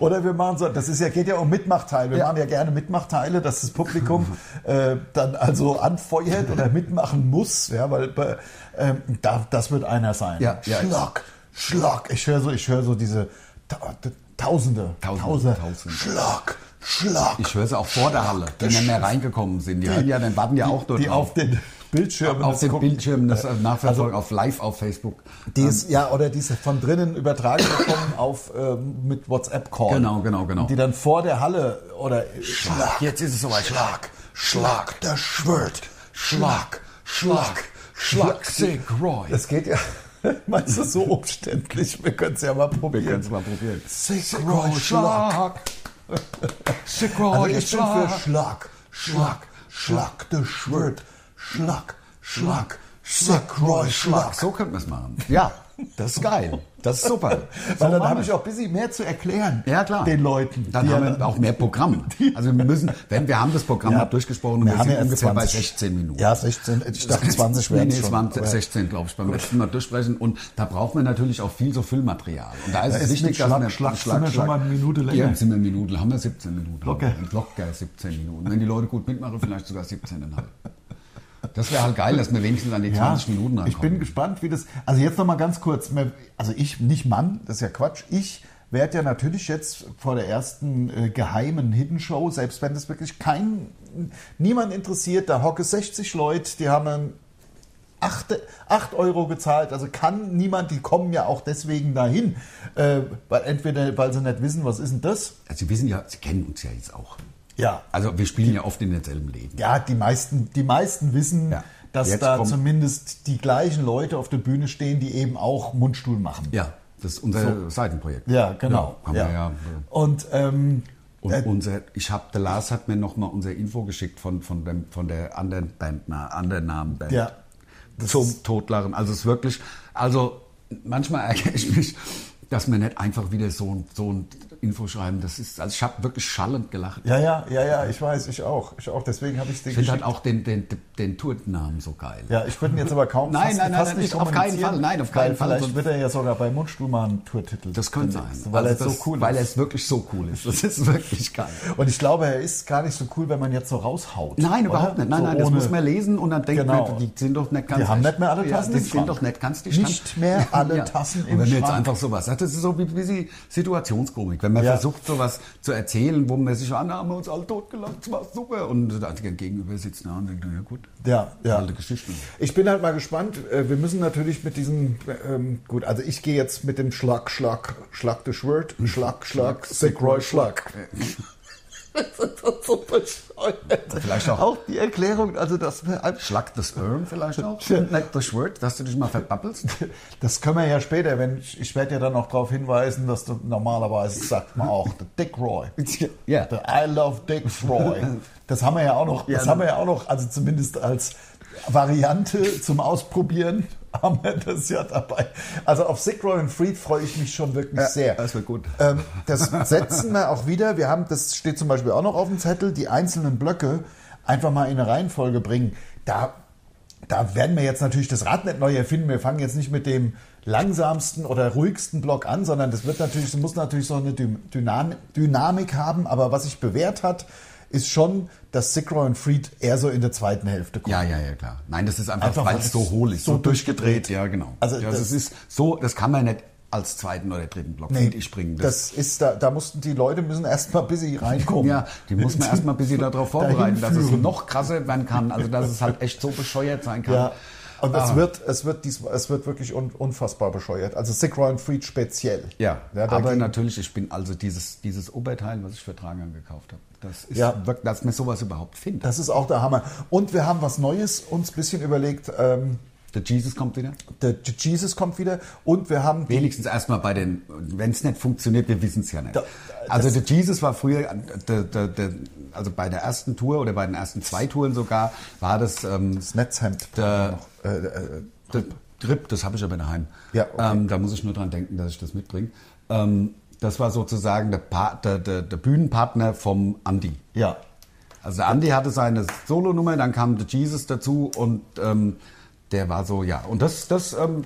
Oder wir machen so, das ist ja, geht ja um Mitmachteile. Wir machen ja gerne Mitmachteile, dass das Publikum äh, dann also anfeuert oder mitmachen muss. Ja, weil äh, ähm, da, das wird einer sein. Ja, ja. Schlag, Schlag. Ich höre so, ich höre so diese Ta Tausende, Tausende, Tausende, Tausende. Schlag, Schlag. Ich höre sie auch vor der Halle, die nicht mehr reingekommen sind. Die, hören ja, dann warten ja auch dort die auf den Bildschirmen auf das den gucken. Bildschirmen, das äh, nachverfolgen, auf live auf Facebook. Die ist, ja, oder die ist von drinnen übertragen bekommen auf ähm, mit WhatsApp-Call. Genau, genau, genau. Die dann vor der Halle oder Schlag, Jetzt ist es soweit. Schlag, Schlag, das Schwert, Schlag, Schlag, Schlag, Sick Roy. Das geht ja, meinst du, so umständlich? Wir können es ja mal probieren. Wir können es mal probieren. Sick Roy, Oh, Schlag. Sick Also Roy, ich bin für Schlag. Schlag, Schlag, Schlag, das Schwert, Schlag, Schlag, Sick Roy, Schlag. So könnten wir es machen. Ja, das ist geil. Das ist super. Weil dann machen habe wir's. ich auch ein bisschen mehr zu erklären ja, klar. den Leuten. Dann die haben ja wir auch mehr Programm. Also wir müssen, wenn wir haben das Programm Ja. ja. durchgesprochen und wir, haben sind ja erst ungefähr bei 20. 16 Minuten. Ja, 16. Ich dachte 20 Nee, wären nee, schon. es waren aber- 16, glaube ich, beim letzten Mal durchsprechen. Und da braucht man natürlich auch viel so Füllmaterial. Und da ist ist es wichtig, mit Schlag- man- Schlag- sind wir schon mal eine Minute länger. Ja, sind wir eine Minute, haben wir 17 Minuten. Locker. Locker 17 Minuten. Wenn die Leute gut mitmachen, vielleicht sogar 17,5. Das wäre halt geil, dass wir wenigstens an die 20 Minuten ich rankommen. bin gespannt, wie das. Also jetzt noch mal ganz kurz. mir- Also ich, nicht Mann, das ist ja Quatsch. Ich werde ja natürlich jetzt vor der ersten äh, geheimen Hidden Show, selbst wenn das wirklich kein niemand interessiert, da hocke 60 Leute, die haben ein 8, Euro gezahlt, also kann niemand, die kommen ja auch deswegen dahin, äh, weil entweder weil sie nicht wissen, was ist denn das? also Sie wissen ja, Sie kennen uns ja jetzt auch. Ja, Also wir spielen ja oft in denselben Läden. Ja, die meisten, die meisten wissen, Ja. dass Jetzt da kommt- zumindest die gleichen Leute auf der Bühne stehen, die eben auch Mundstuhl machen. Ja, das ist unser Seitenprojekt. Ja, genau. Ja, haben Ja. Wir ja. äh, Und ähm, Und äh, unser, ich habe, der Lars hat mir nochmal unser Info geschickt von, von, dem, von der anderen Band, na, anderen Namenband. Ja. Zum Totlachen. Also es ist wirklich, also manchmal ärgere ich mich, dass wir nicht einfach wieder so ein, so ein Info schreiben. Das ist, also ich habe wirklich schallend gelacht. ja, ja, ja, ja, ich weiß, ich auch, ich auch. Deswegen habe ich dir Ich finde halt geschickt. auch den, den, den Tournamen so geil. Ja, ich würde ihn jetzt aber kaum Nein, fast, nein, nein, fast nein, nicht nicht- auf keinen kommunizieren, Fall, nein, auf weil keinen Fall, Vielleicht sonst- wird er ja sogar bei Mundstuhl mal einen Tourtitel. Das könnte sein. Weil Also er das, so cool Weil er ist. es wirklich so cool ist. Das ist wirklich geil. Und ich glaube, er ist gar nicht so cool, wenn man jetzt so raushaut. Nein, oder? überhaupt nicht. Nein, So nein, das ohne- muss man lesen und dann denkt Genau. man, die sind doch nicht ganz Die haben echt. nicht mehr alle Tassen ja, im Die sind Schrank. doch nicht ganz die Nicht Stand- mehr alle Tassen im Und wenn man jetzt Schrank. einfach sowas hat, das ist so wie, wie sie Situationskomik. Wenn man Ja. versucht, sowas zu erzählen, wo man sich an, haben wir uns alle totgelacht, das war super. Und der andere gegenüber sitzt da und denkt, na ja gut, Ja, ja. alte Geschichten. Ich bin halt mal gespannt. Äh, Wir müssen natürlich mit diesem, ähm, gut, also ich gehe jetzt mit dem Schlag, Schlag, Schlag de Schwert, Schlag, Schlag, Sick Roy, Schlag. Vielleicht auch, Auch die Erklärung, also das, Schlag das Irm vielleicht auch. Nicht das Word, dass du dich mal verbabbelst. das können wir ja später, wenn ich, ich werde ja dann auch darauf hinweisen, dass du normalerweise sagt man auch, der Dick Roy. Ja. Der I love Dick Roy. Das haben wir ja auch noch, das Ja. haben wir ja auch noch, also zumindest als Variante zum Ausprobieren haben wir das ja dabei. Also auf Sick Roy und Freed freue ich mich schon wirklich sehr. das wird gut. Ähm, das setzen wir auch wieder. Wir haben, das steht zum Beispiel auch noch auf dem Zettel, die einzelnen Blöcke einfach mal in eine Reihenfolge bringen. Da, da werden wir jetzt natürlich das Rad nicht neu erfinden. Wir fangen jetzt nicht mit dem langsamsten oder ruhigsten Block an, sondern das wird natürlich, das muss natürlich so eine Dym- Dynam- Dynamik haben. Aber was sich bewährt hat, ist schon, dass Sigroy und Fried eher so in der zweiten Hälfte kommen. Ja, ja, ja, klar. Nein, das ist einfach, Einfach, weil weil es es so hohl ist, so so durchgedreht. Ja, genau. Also Also, ja, das- das, ist so, das kann man nicht als zweiten oder dritten Block, finde ich, springen. Das, ist da, da mussten die Leute müssen erstmal busy reinkommen. ja, die muss man erstmal ein bisschen darauf vorbereiten, dass es führen. noch krasser werden kann. Also, dass es halt echt so bescheuert sein kann. Ja. Und Ah. es wird, es wird dies, es wird wirklich un, unfassbar bescheuert. Also Sigroy und Fried speziell. Ja, aber dagegen- natürlich, ich bin also dieses, dieses Oberteil, was ich für Tragen gekauft habe. Das ist Ja. wirklich, dass man sowas überhaupt findet. Das ist auch der Hammer. Und wir haben was Neues uns ein bisschen überlegt. Ähm, Der Jesus kommt wieder. der J- Jesus kommt wieder und wir haben die, Wenigstens erstmal bei den, wenn es nicht funktioniert, wir wissen es ja nicht. Da- also der Jesus war früher, der, der, der, also bei der ersten Tour oder bei den ersten zwei Touren sogar, war das ähm, das Netzhemd. der, Äh, äh, der Trip, das habe ich aber daheim. Ja, okay. ähm, da muss ich nur dran denken, dass ich das mitbringe. Ähm, das war sozusagen der, Pa- der, der, der Bühnenpartner vom Andy. ja. Also der Andi hatte seine Solo-Nummer, dann kam The Jesus dazu und ähm, der war so, ja. Und das, das, ähm,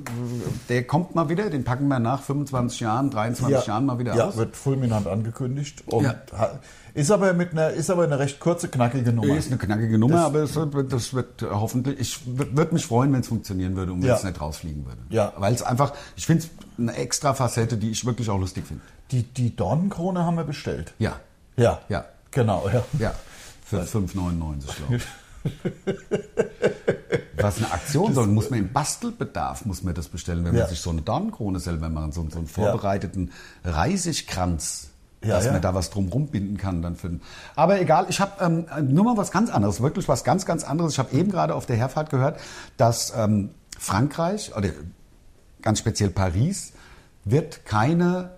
der kommt mal wieder, den packen wir nach 25 Jahren, 23 Jahren mal wieder ja, aus. wird fulminant angekündigt und Ja. ha- ist aber mit einer ist aber eine recht kurze knackige Nummer. Oh, Ist eine knackige Nummer, aber es, wird- das wird äh, hoffentlich, ich würde mich freuen, wenn es funktionieren würde und wenn Ja. es nicht rausfliegen würde. Ja. Weil es einfach, ich finde es eine extra Facette, die ich wirklich auch lustig finde. Die die Dornenkrone haben wir bestellt. Ja. Ja. Ja. Genau, ja. Ja. Für 5,99, glaube ich. Was eine Aktion soll, muss man im Bastelbedarf muss man das bestellen, wenn äh, Ja. man sich so eine Dornenkrone selber machen, so, so einen vorbereiteten Reisigkranz, Ja, dass ja. man da was drum rumbinden kann dann für. den- Aber egal, ich habe ähm, nur mal was ganz anderes, wirklich was ganz ganz anderes. Ich habe eben gerade auf der Herfahrt gehört, dass ähm, Frankreich oder ganz speziell Paris wird keine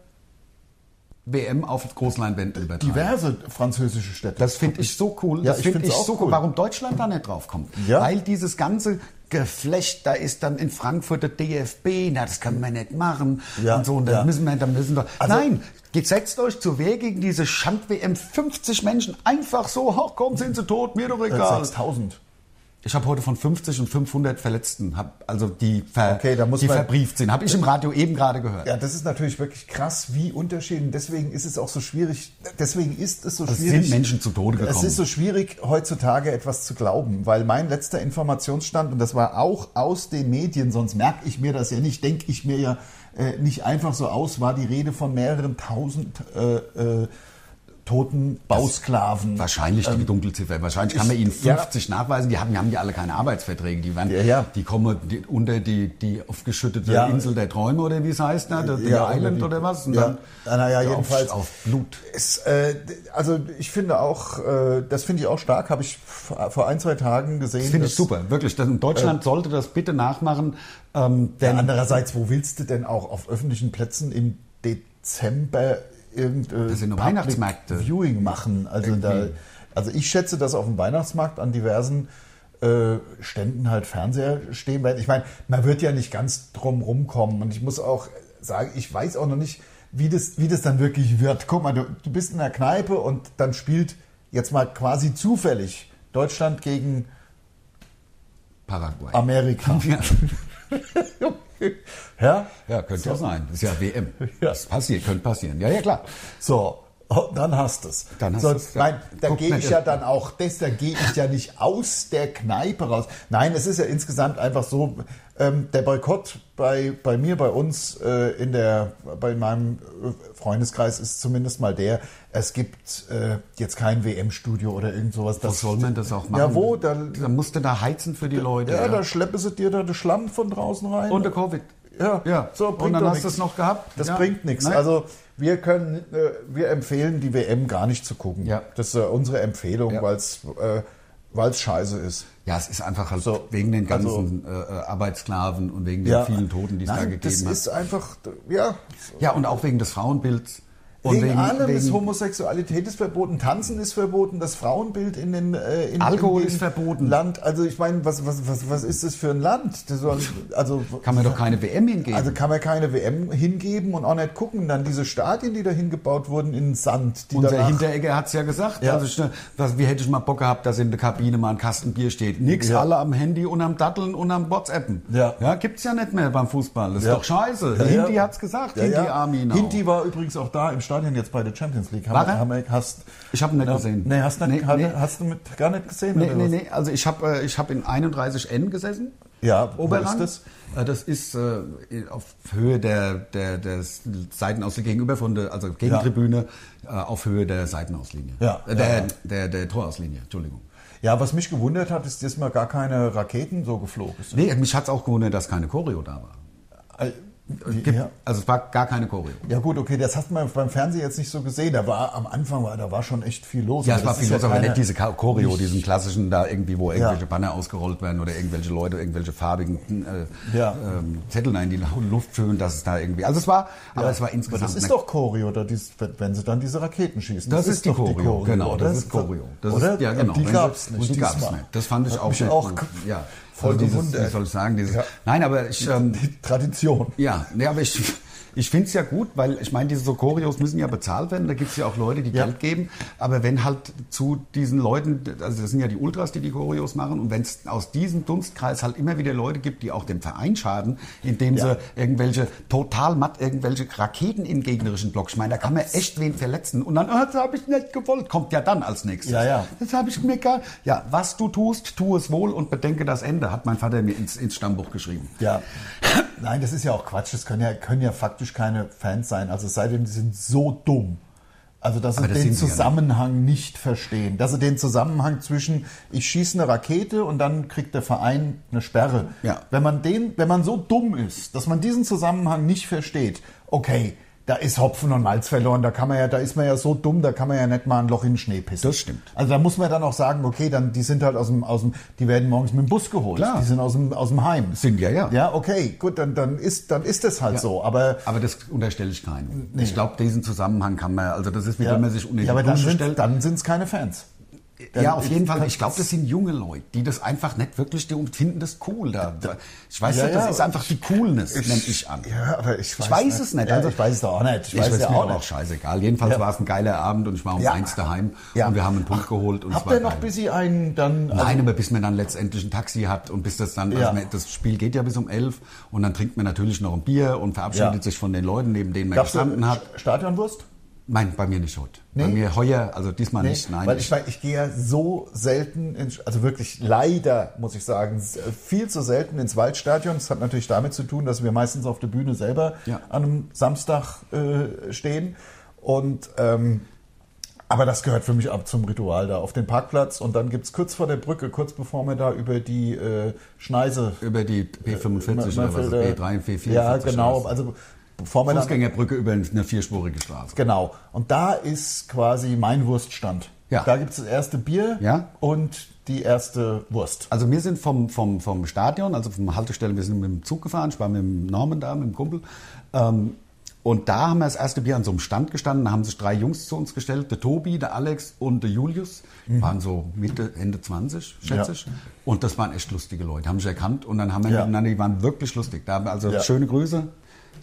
WM auf Großleinwänden übertragen. Diverse französische Städte. Das finde ich so cool. Ja, das ich finde find's ich auch so cool. cool. Warum Deutschland da nicht drauf kommt? Ja. Weil dieses ganze Geflecht, da ist dann in Frankfurt der DFB, na, das können wir nicht machen. Ja, Und so, und dann ja. müssen wir, dann müssen wir. Also- Nein, geht, setzt euch zur Wehr gegen diese Schand-WM. 50 Menschen einfach so, hoch, komm, sind sie tot, mir Äh, doch egal. 6000. Ich habe heute von 50 und 500 Verletzten, hab, also die, ver, Okay, da muss die man- verbrieft sind. Habe ich im Radio eben gerade gehört. Ja, das ist natürlich wirklich krass, wie unterschiedlich. Deswegen ist es auch so schwierig. Deswegen ist es so Also Es schwierig. sind Menschen zu Tode gekommen. Es ist so schwierig, heutzutage etwas zu glauben, weil mein letzter Informationsstand, und das war auch aus den Medien, sonst merke ich mir das ja nicht, denke ich mir ja äh, nicht einfach so aus, war die Rede von mehreren tausend äh, äh, toten Bausklaven. Wahrscheinlich die Dunkelziffer. Wahrscheinlich kann man ich- ihnen Ähm, ja. 50 nachweisen. Die haben, die haben ja alle keine Arbeitsverträge. Die, werden, Ja, ja. die kommen die, unter die, die aufgeschüttete Ja. Insel der Träume oder wie es heißt, ne? der, Ja, der Island oder die- oder was. Und ja. dann Ah, na ja, auf- jedenfalls. Auf Blut. Es, äh, also ich finde auch, äh, das finde ich auch stark, habe ich vor vor ein, zwei Tagen gesehen. Das finde ich dass- super, wirklich. Das, in äh, Deutschland sollte das bitte nachmachen. Ähm, Ja, denn andererseits, wo willst du denn auch auf öffentlichen Plätzen im Dezember irgendein sind nur Public Weihnachtsmärkte. Viewing machen? Also, da, also ich schätze, dass auf dem Weihnachtsmarkt an diversen äh, Ständen halt Fernseher stehen werden. Ich meine, man wird ja nicht ganz drum rumkommen. Und ich muss auch sagen, ich weiß auch noch nicht, wie das, wie das dann wirklich wird. Guck mal, du, du bist in der Kneipe und dann spielt jetzt mal quasi zufällig Deutschland gegen Paraguay. Amerika. Ja, ja? ja, könnte So. ja sein. Ist ja WM. Ja. Das passiert, könnte passieren. Ja, ja, klar. So, oh, dann hast du es. Dann hast so, du's, ja. Nein, da Guck gehe mal, ich das- ja dann auch, das, da gehe ich ja nicht aus der Kneipe raus. Nein, es ist ja insgesamt einfach so, ähm, der Boykott bei, bei mir, bei uns, äh, in der, bei meinem äh, Freundeskreis ist zumindest mal der, es gibt äh, jetzt kein WM-Studio oder irgend sowas. Wo soll man das auch machen? Ja, wo? Da, Dann, dann musst du da heizen für die Leute. ja, ja. da schleppen sie dir da den Schlamm von draußen rein. Und der Covid. Ja, ja. so bringt und dann doch hast du nix. es noch gehabt. Das ja. bringt nichts. Nein. Also wir können, äh, wir empfehlen die WM gar nicht zu gucken. Ja. Das ist äh, unsere Empfehlung, Ja. weil es äh, weil's scheiße ist. Ja, es ist einfach halt So, also wegen den ganzen äh, Arbeitssklaven und wegen den vielen Toten, die es da Nein, gegeben Das hat. ist einfach, ja. Ja, und auch wegen des Frauenbilds. Und wegen, allem ist Homosexualität ist verboten, Tanzen ist verboten, das Frauenbild in den äh, in, Alkohol in dem ist verboten. Land, also ich meine, was, was, was, was ist das für ein Land? Das soll, also kann man doch keine WM hingeben. Also kann man keine WM hingeben und auch nicht gucken, dann diese Stadien, die da hingebaut wurden, in den Sand. Die Unser danach- Hinteregger hat es ja gesagt. Ja. Also ich, ne, was, wie hätte ich mal Bock gehabt, dass in der Kabine mal ein Kasten Bier steht. Nix, Ja. alle am Handy und am Datteln und am WhatsAppen. Ja. ja gibt's ja nicht mehr beim Fußball. Das Ja. ist doch scheiße. Ja, Hindi ja. hat's gesagt. Ja, Hindi ja. Armin. Hinti war übrigens auch da im Stadion jetzt bei der Champions League. War er? haben, wir- hast, Ich hab ihn nicht Ja, gesehen. Nee, hast, nicht, Nee, hat, nee. hast du mit, gar nicht gesehen? Nee, oder nee, was? nee. Also ich habe äh, ich hab in 31N gesessen. Ja, wo Oberrang. ist das? das ist äh, auf Höhe der, der, der Seitenauslinie gegenüber von der, also Gegentribüne, äh, auf Höhe der Seitenauslinie. Ja, Äh, ja, der, ja. Der, der Torauslinie, Entschuldigung. Ja, was mich gewundert hat, ist, dass mal gar keine Raketen so geflogen sind. Nee, mich hat es auch gewundert, dass keine Choreo da war. Äh, Gibt, ja. Also es war gar keine Choreo. ja gut, okay, das hat man beim Fernsehen jetzt nicht so gesehen. Da war am Anfang war, da war schon echt viel los. Ja, Aber es war das viel ist los, aber keine- nicht diese Ka- Choreo, diesen klassischen da irgendwie, wo irgendwelche Ja. Banner ausgerollt werden oder irgendwelche Leute, irgendwelche farbigen äh, Ja. ähm, Zettel in die Luft schön, dass es da irgendwie. Also es war, aber es war Aber insgesamt. das ist eine- doch Choreo, oder dies, wenn sie dann diese Raketen schießen. das, ist die doch Choreo. Genau, oder? das ist Choreo. Das oder? Ist, ja, genau. Die Wenn sie- gab es Und nicht. die gab's diesmal. nicht. Das fand ich Hat auch mich sehr auch gut. Ja. voll also dieses, gewundert. Wie soll ich sagen? Dieses, Ja. Nein, aber ich. Ähm, Die Tradition. Ja, nee, aber ich, ich finde es ja gut, weil ich meine, diese so Choreos müssen ja bezahlt werden. Da gibt es ja auch Leute, die Ja. Geld geben. Aber wenn halt zu diesen Leuten, also das sind ja die Ultras, die die Choreos machen, und wenn es aus diesem Dunstkreis halt immer wieder Leute gibt, die auch dem Verein schaden, indem Ja. sie irgendwelche total matt irgendwelche Raketen im gegnerischen Block schmeißen, da kann man echt wen verletzen. Und dann, ah, das habe ich nicht gewollt, kommt ja dann als nächstes. Ja, ja. Das habe ich mir gar. Ja, was du tust, tu es wohl und bedenke das Ende, hat mein Vater mir ins, ins Stammbuch geschrieben. Ja. Nein, das ist ja auch Quatsch. Das können ja, können ja faktisch keine Fans sein. Also es sei denn, die sind so dumm. Also, dass sie Aber das den sind sie ja Zusammenhang nicht verstehen. Dass sie den Zusammenhang zwischen, ich schieße eine Rakete und dann kriegt der Verein eine Sperre. Ja. Wenn man den, wenn man so dumm ist, dass man diesen Zusammenhang nicht versteht, okay, da ist Hopfen und Malz verloren, da kann man ja, da ist man ja so dumm, da kann man ja nicht mal ein Loch in den Schnee pissen. Das stimmt. Also da muss man dann auch sagen, okay, dann, die sind halt aus dem, aus dem, die werden morgens mit dem Bus geholt. Klar. Die sind aus dem, aus dem Heim. Sind ja, ja. Ja, okay, gut, dann, dann, ist, dann ist es halt so. Aber Aber das unterstelle ich keinem. Ich glaube, diesen Zusammenhang kann man, also das ist, wie wenn man sich unter die ja, aber dann Dusche sind stellt. dann sind es keine Fans. dann ja, auf ist- jeden Fall. kann- Ich glaube, das sind junge Leute, die das einfach nicht wirklich, die finden das cool. Da. Ich weiß Ja, nicht, das ja. ist einfach die Coolness, nenne ich an. Ja, aber ich weiß, Ich weiß es nicht. Ja, Also- ich weiß es doch auch nicht. Ich, Ich weiß weiß es mir ja auch auch aber auch nicht. scheißegal. Jedenfalls Ja. war es ein geiler Abend und ich war um Ja. eins daheim Ja. und wir haben einen Punkt geholt und es Habt war ihr noch geil. bis ihr einen dann. also- Nein, aber bis man dann letztendlich ein Taxi hat und bis das dann, Ja. also man, das Spiel geht ja bis um elf und dann trinkt man natürlich noch ein Bier und verabschiedet Ja. sich von den Leuten, neben denen man gab's gestanden da hat. Stadionwurst? Nein, bei mir nicht heute. Bei Nee? mir heuer, also diesmal nicht, nein. Weil ich, weil ich gehe ja so selten, in, also wirklich leider, muss ich sagen, s- äh, viel zu selten ins Waldstadion. Das hat natürlich damit zu tun, dass wir meistens auf der Bühne selber Ja. an einem Samstag äh, stehen. Und ähm, aber das gehört für mich ab zum Ritual da auf den Parkplatz und dann gibt es kurz vor der Brücke, kurz bevor wir da über die äh, Schneise über die P45 oder was ist Mörfelder- P3, P44. Ja, genau. Straße. Also bevor wir dann Fußgängerbrücke über eine vierspurige Straße. Genau. Und da ist quasi mein Wurststand. Ja. Da gibt es das erste Bier Ja. und die erste Wurst. Also wir sind vom, vom, vom Stadion, also vom Haltestelle, wir sind mit dem Zug gefahren, ich war mit dem Norman da, mit dem Kumpel. Ähm, und da haben wir das erste Bier an so einem Stand gestanden, da haben sich drei Jungs zu uns gestellt, der Tobi, der Alex und der Julius, Die waren so Mitte, Ende 20, schätze Mhm. Ja. ich. Und das waren echt lustige Leute, haben sich erkannt und dann haben wir Ja. miteinander, die waren wirklich lustig. Da haben wir also Ja. schöne Grüße.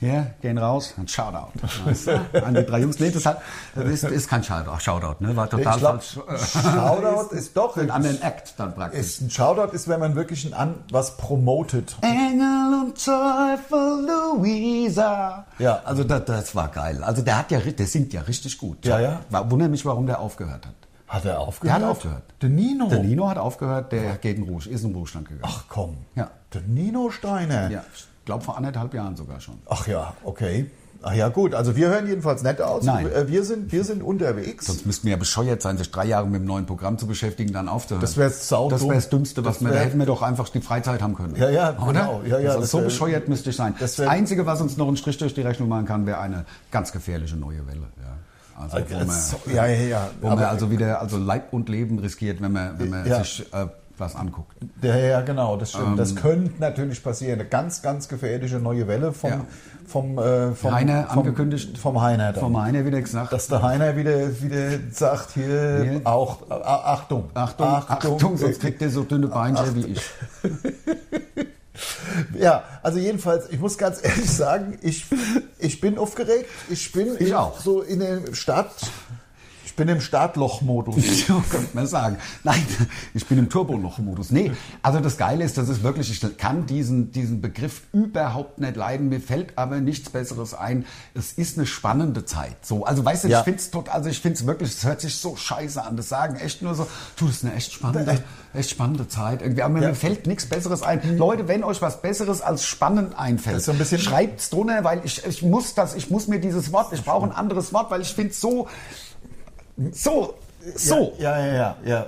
Hier, gehen raus, ein Shoutout. Weißt du, An die drei Jungs. Nee, das, hat, das ist, ist kein Shoutout, Shoutout ne? War total Ich glaub, falsch. Shoutout ist doch Ein anderen Act dann praktisch. ist ein Shoutout ist, wenn man wirklich ein an was promotet. Engel und Teufel, Luisa. Ja. also das, das war geil. Also der hat ja, ri- der singt ja richtig gut. Ja, ja. War, wunder mich, warum der aufgehört hat. Hat er aufgehört? Der hat aufgehört. Der Nino. Der Nino hat aufgehört, der geht in Ruhe, ist in den Ruhestand gegangen. Oh. Ach komm. Ja. Der Nino Steiner. Ja, ich glaube vor anderthalb Jahren sogar schon. Ach ja, okay. Ach ja, gut. Also wir hören jedenfalls nett aus. Nein. Äh, Wir sind, wir sind unterwegs. Sonst müssten wir ja bescheuert sein, sich drei Jahre mit dem neuen Programm zu beschäftigen, dann aufzuhören. Das wär's sau Das dumm. wäre das Dümmste, was Das wir, da wär- hätten wir doch einfach die Freizeit haben können. Ja, ja, Oder? genau. Ja, ja, das das so wär- bescheuert müsste ich sein. Das, das wär- Einzige, was uns noch einen Strich durch die Rechnung machen kann, wäre eine ganz gefährliche neue Welle. Ja. Also, wo man, Das- ja, ja, ja. wo man also wieder also Leib und Leben riskiert, wenn man, wenn man Ja. sich äh, was anguckt. Ja, ja, genau, das stimmt. Ähm, das könnte natürlich passieren. Eine ganz, ganz gefährliche neue Welle vom, Ja. vom, äh, vom Heiner vom, angekündigt. Vom Heiner. Dann. Vom Heiner wieder gesagt. dass der Heiner wieder, wieder sagt, hier, Hier. auch, A Achtung, Achtung, Achtung, sonst kriegt ihr so dünne Beine wie ich. Ja, also jedenfalls, ich muss ganz ehrlich sagen, ich, ich bin aufgeregt, ich bin Ich in- auch. so in der Stadt, ich Ich bin im Startloch-Modus. So könnte man sagen. Nein, ich bin im Turboloch-Modus. Nee, also das Geile ist, das ist wirklich, ich kann diesen, diesen Begriff überhaupt nicht leiden. Mir fällt aber nichts Besseres ein. Es ist eine spannende Zeit. So, also weißt du, Ja. ich finde es total, also ich finde es wirklich, es hört sich so scheiße an. Das sagen echt nur so, du, das ist eine echt spannende, echt spannende Zeit. Irgendwie, aber mir fällt nichts Besseres ein. Leute, wenn euch was Besseres als spannend einfällt, Mhm. Das ist so ein bisschen- schreibt's drunter, weil ich, ich muss das, ich muss mir dieses Wort, ich brauche ein anderes Wort, weil ich finde es so, so, so. Ja, ja, ja, ja.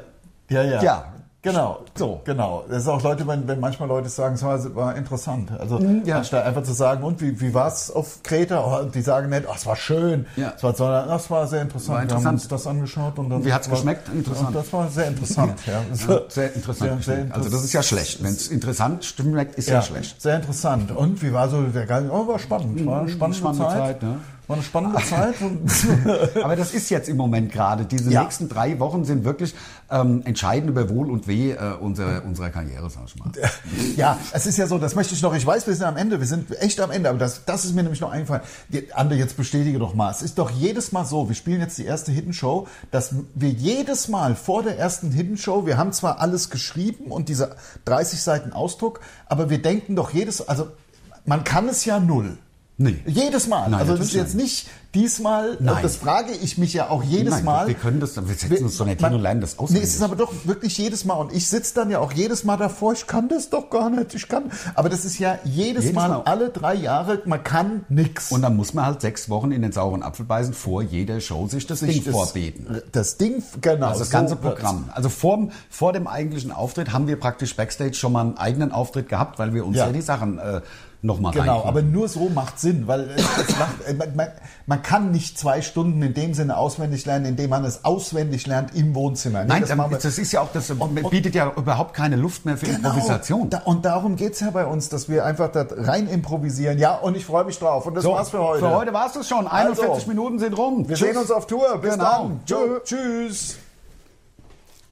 Ja, ja. Ja. Genau, So. genau. Das ist auch Leute, wenn, wenn manchmal Leute sagen, es war, es war interessant. Also Mhm. ja. anstatt einfach zu sagen, und wie, wie war es auf Kreta? Oh, die sagen nicht, oh, es war schön, Ja. es war, sondern das war sehr interessant. War Wir haben interessant. uns das angeschaut und dann Wie hat's war- geschmeckt? Interessant. Und das war sehr interessant. ja. Ja, sehr interessant. Sehr, sehr also das ist ja schlecht. Wenn es interessant schmeckt, ist ja, schlecht. Mhm. Sehr interessant. Und wie war so der ganze? Oh, war spannend. War eine spannende, Spannende Zeit. Zeit, ne? War eine spannende Zeit. Und Aber das ist jetzt im Moment gerade. Diese Ja. nächsten drei Wochen sind wirklich ähm, entscheidend über Wohl und Weh äh, unserer, unserer Karriere, sag ich mal. Äh, Ja, es ist ja so, das möchte ich noch. Ich weiß, wir sind am Ende, wir sind echt am Ende, aber das, das ist mir nämlich noch eingefallen. Die- Ander, jetzt bestätige doch mal. Es ist doch jedes Mal so, wir spielen jetzt die erste Hidden Show, dass wir jedes Mal vor der ersten Hidden Show, wir haben zwar alles geschrieben und diese 30 Seiten Ausdruck, aber wir denken doch jedes, also man kann es ja null. Nee. Jedes Mal. Nein, also das natürlich ist jetzt nein. nicht diesmal, Nein. das frage ich mich ja auch jedes Nein, Mal. Wir können das, wir setzen Wir- uns doch nicht man- hin und lernen das Nee, auswendig. es ist aber doch wirklich jedes Mal. Und ich sitze dann ja auch jedes Mal davor, ich kann das doch gar nicht, ich kann. Aber das ist ja jedes, Jedes Mal, Mal. alle drei Jahre, man kann nix. und dann muss man halt sechs Wochen in den sauren Apfel beißen, vor jeder Show sich das Ding das, vorbeten. Das Ding, genau. Also das so ganze wird's. Programm. Also vor, vor dem eigentlichen Auftritt haben wir praktisch Backstage schon mal einen eigenen Auftritt gehabt, weil wir uns Ja. ja, die Sachen äh, nochmal Genau, aber nur so macht Sinn, weil es, es macht, äh, man, man, man kann nicht zwei Stunden in dem Sinne auswendig lernen, indem man es auswendig lernt im Wohnzimmer. Nee, Nein, das das, machen wir- das ist ja auch, das bietet ja überhaupt keine Luft mehr für Genau. Improvisation. Da, und darum geht's ja bei uns, dass wir einfach da rein improvisieren. Ja, und ich freue mich drauf. Und das war's für heute. Für heute war's das schon. 41 Also. Minuten sind rum. Wir sehen uns auf Tour. Bis Genau. dann. Tschö. Tschüss.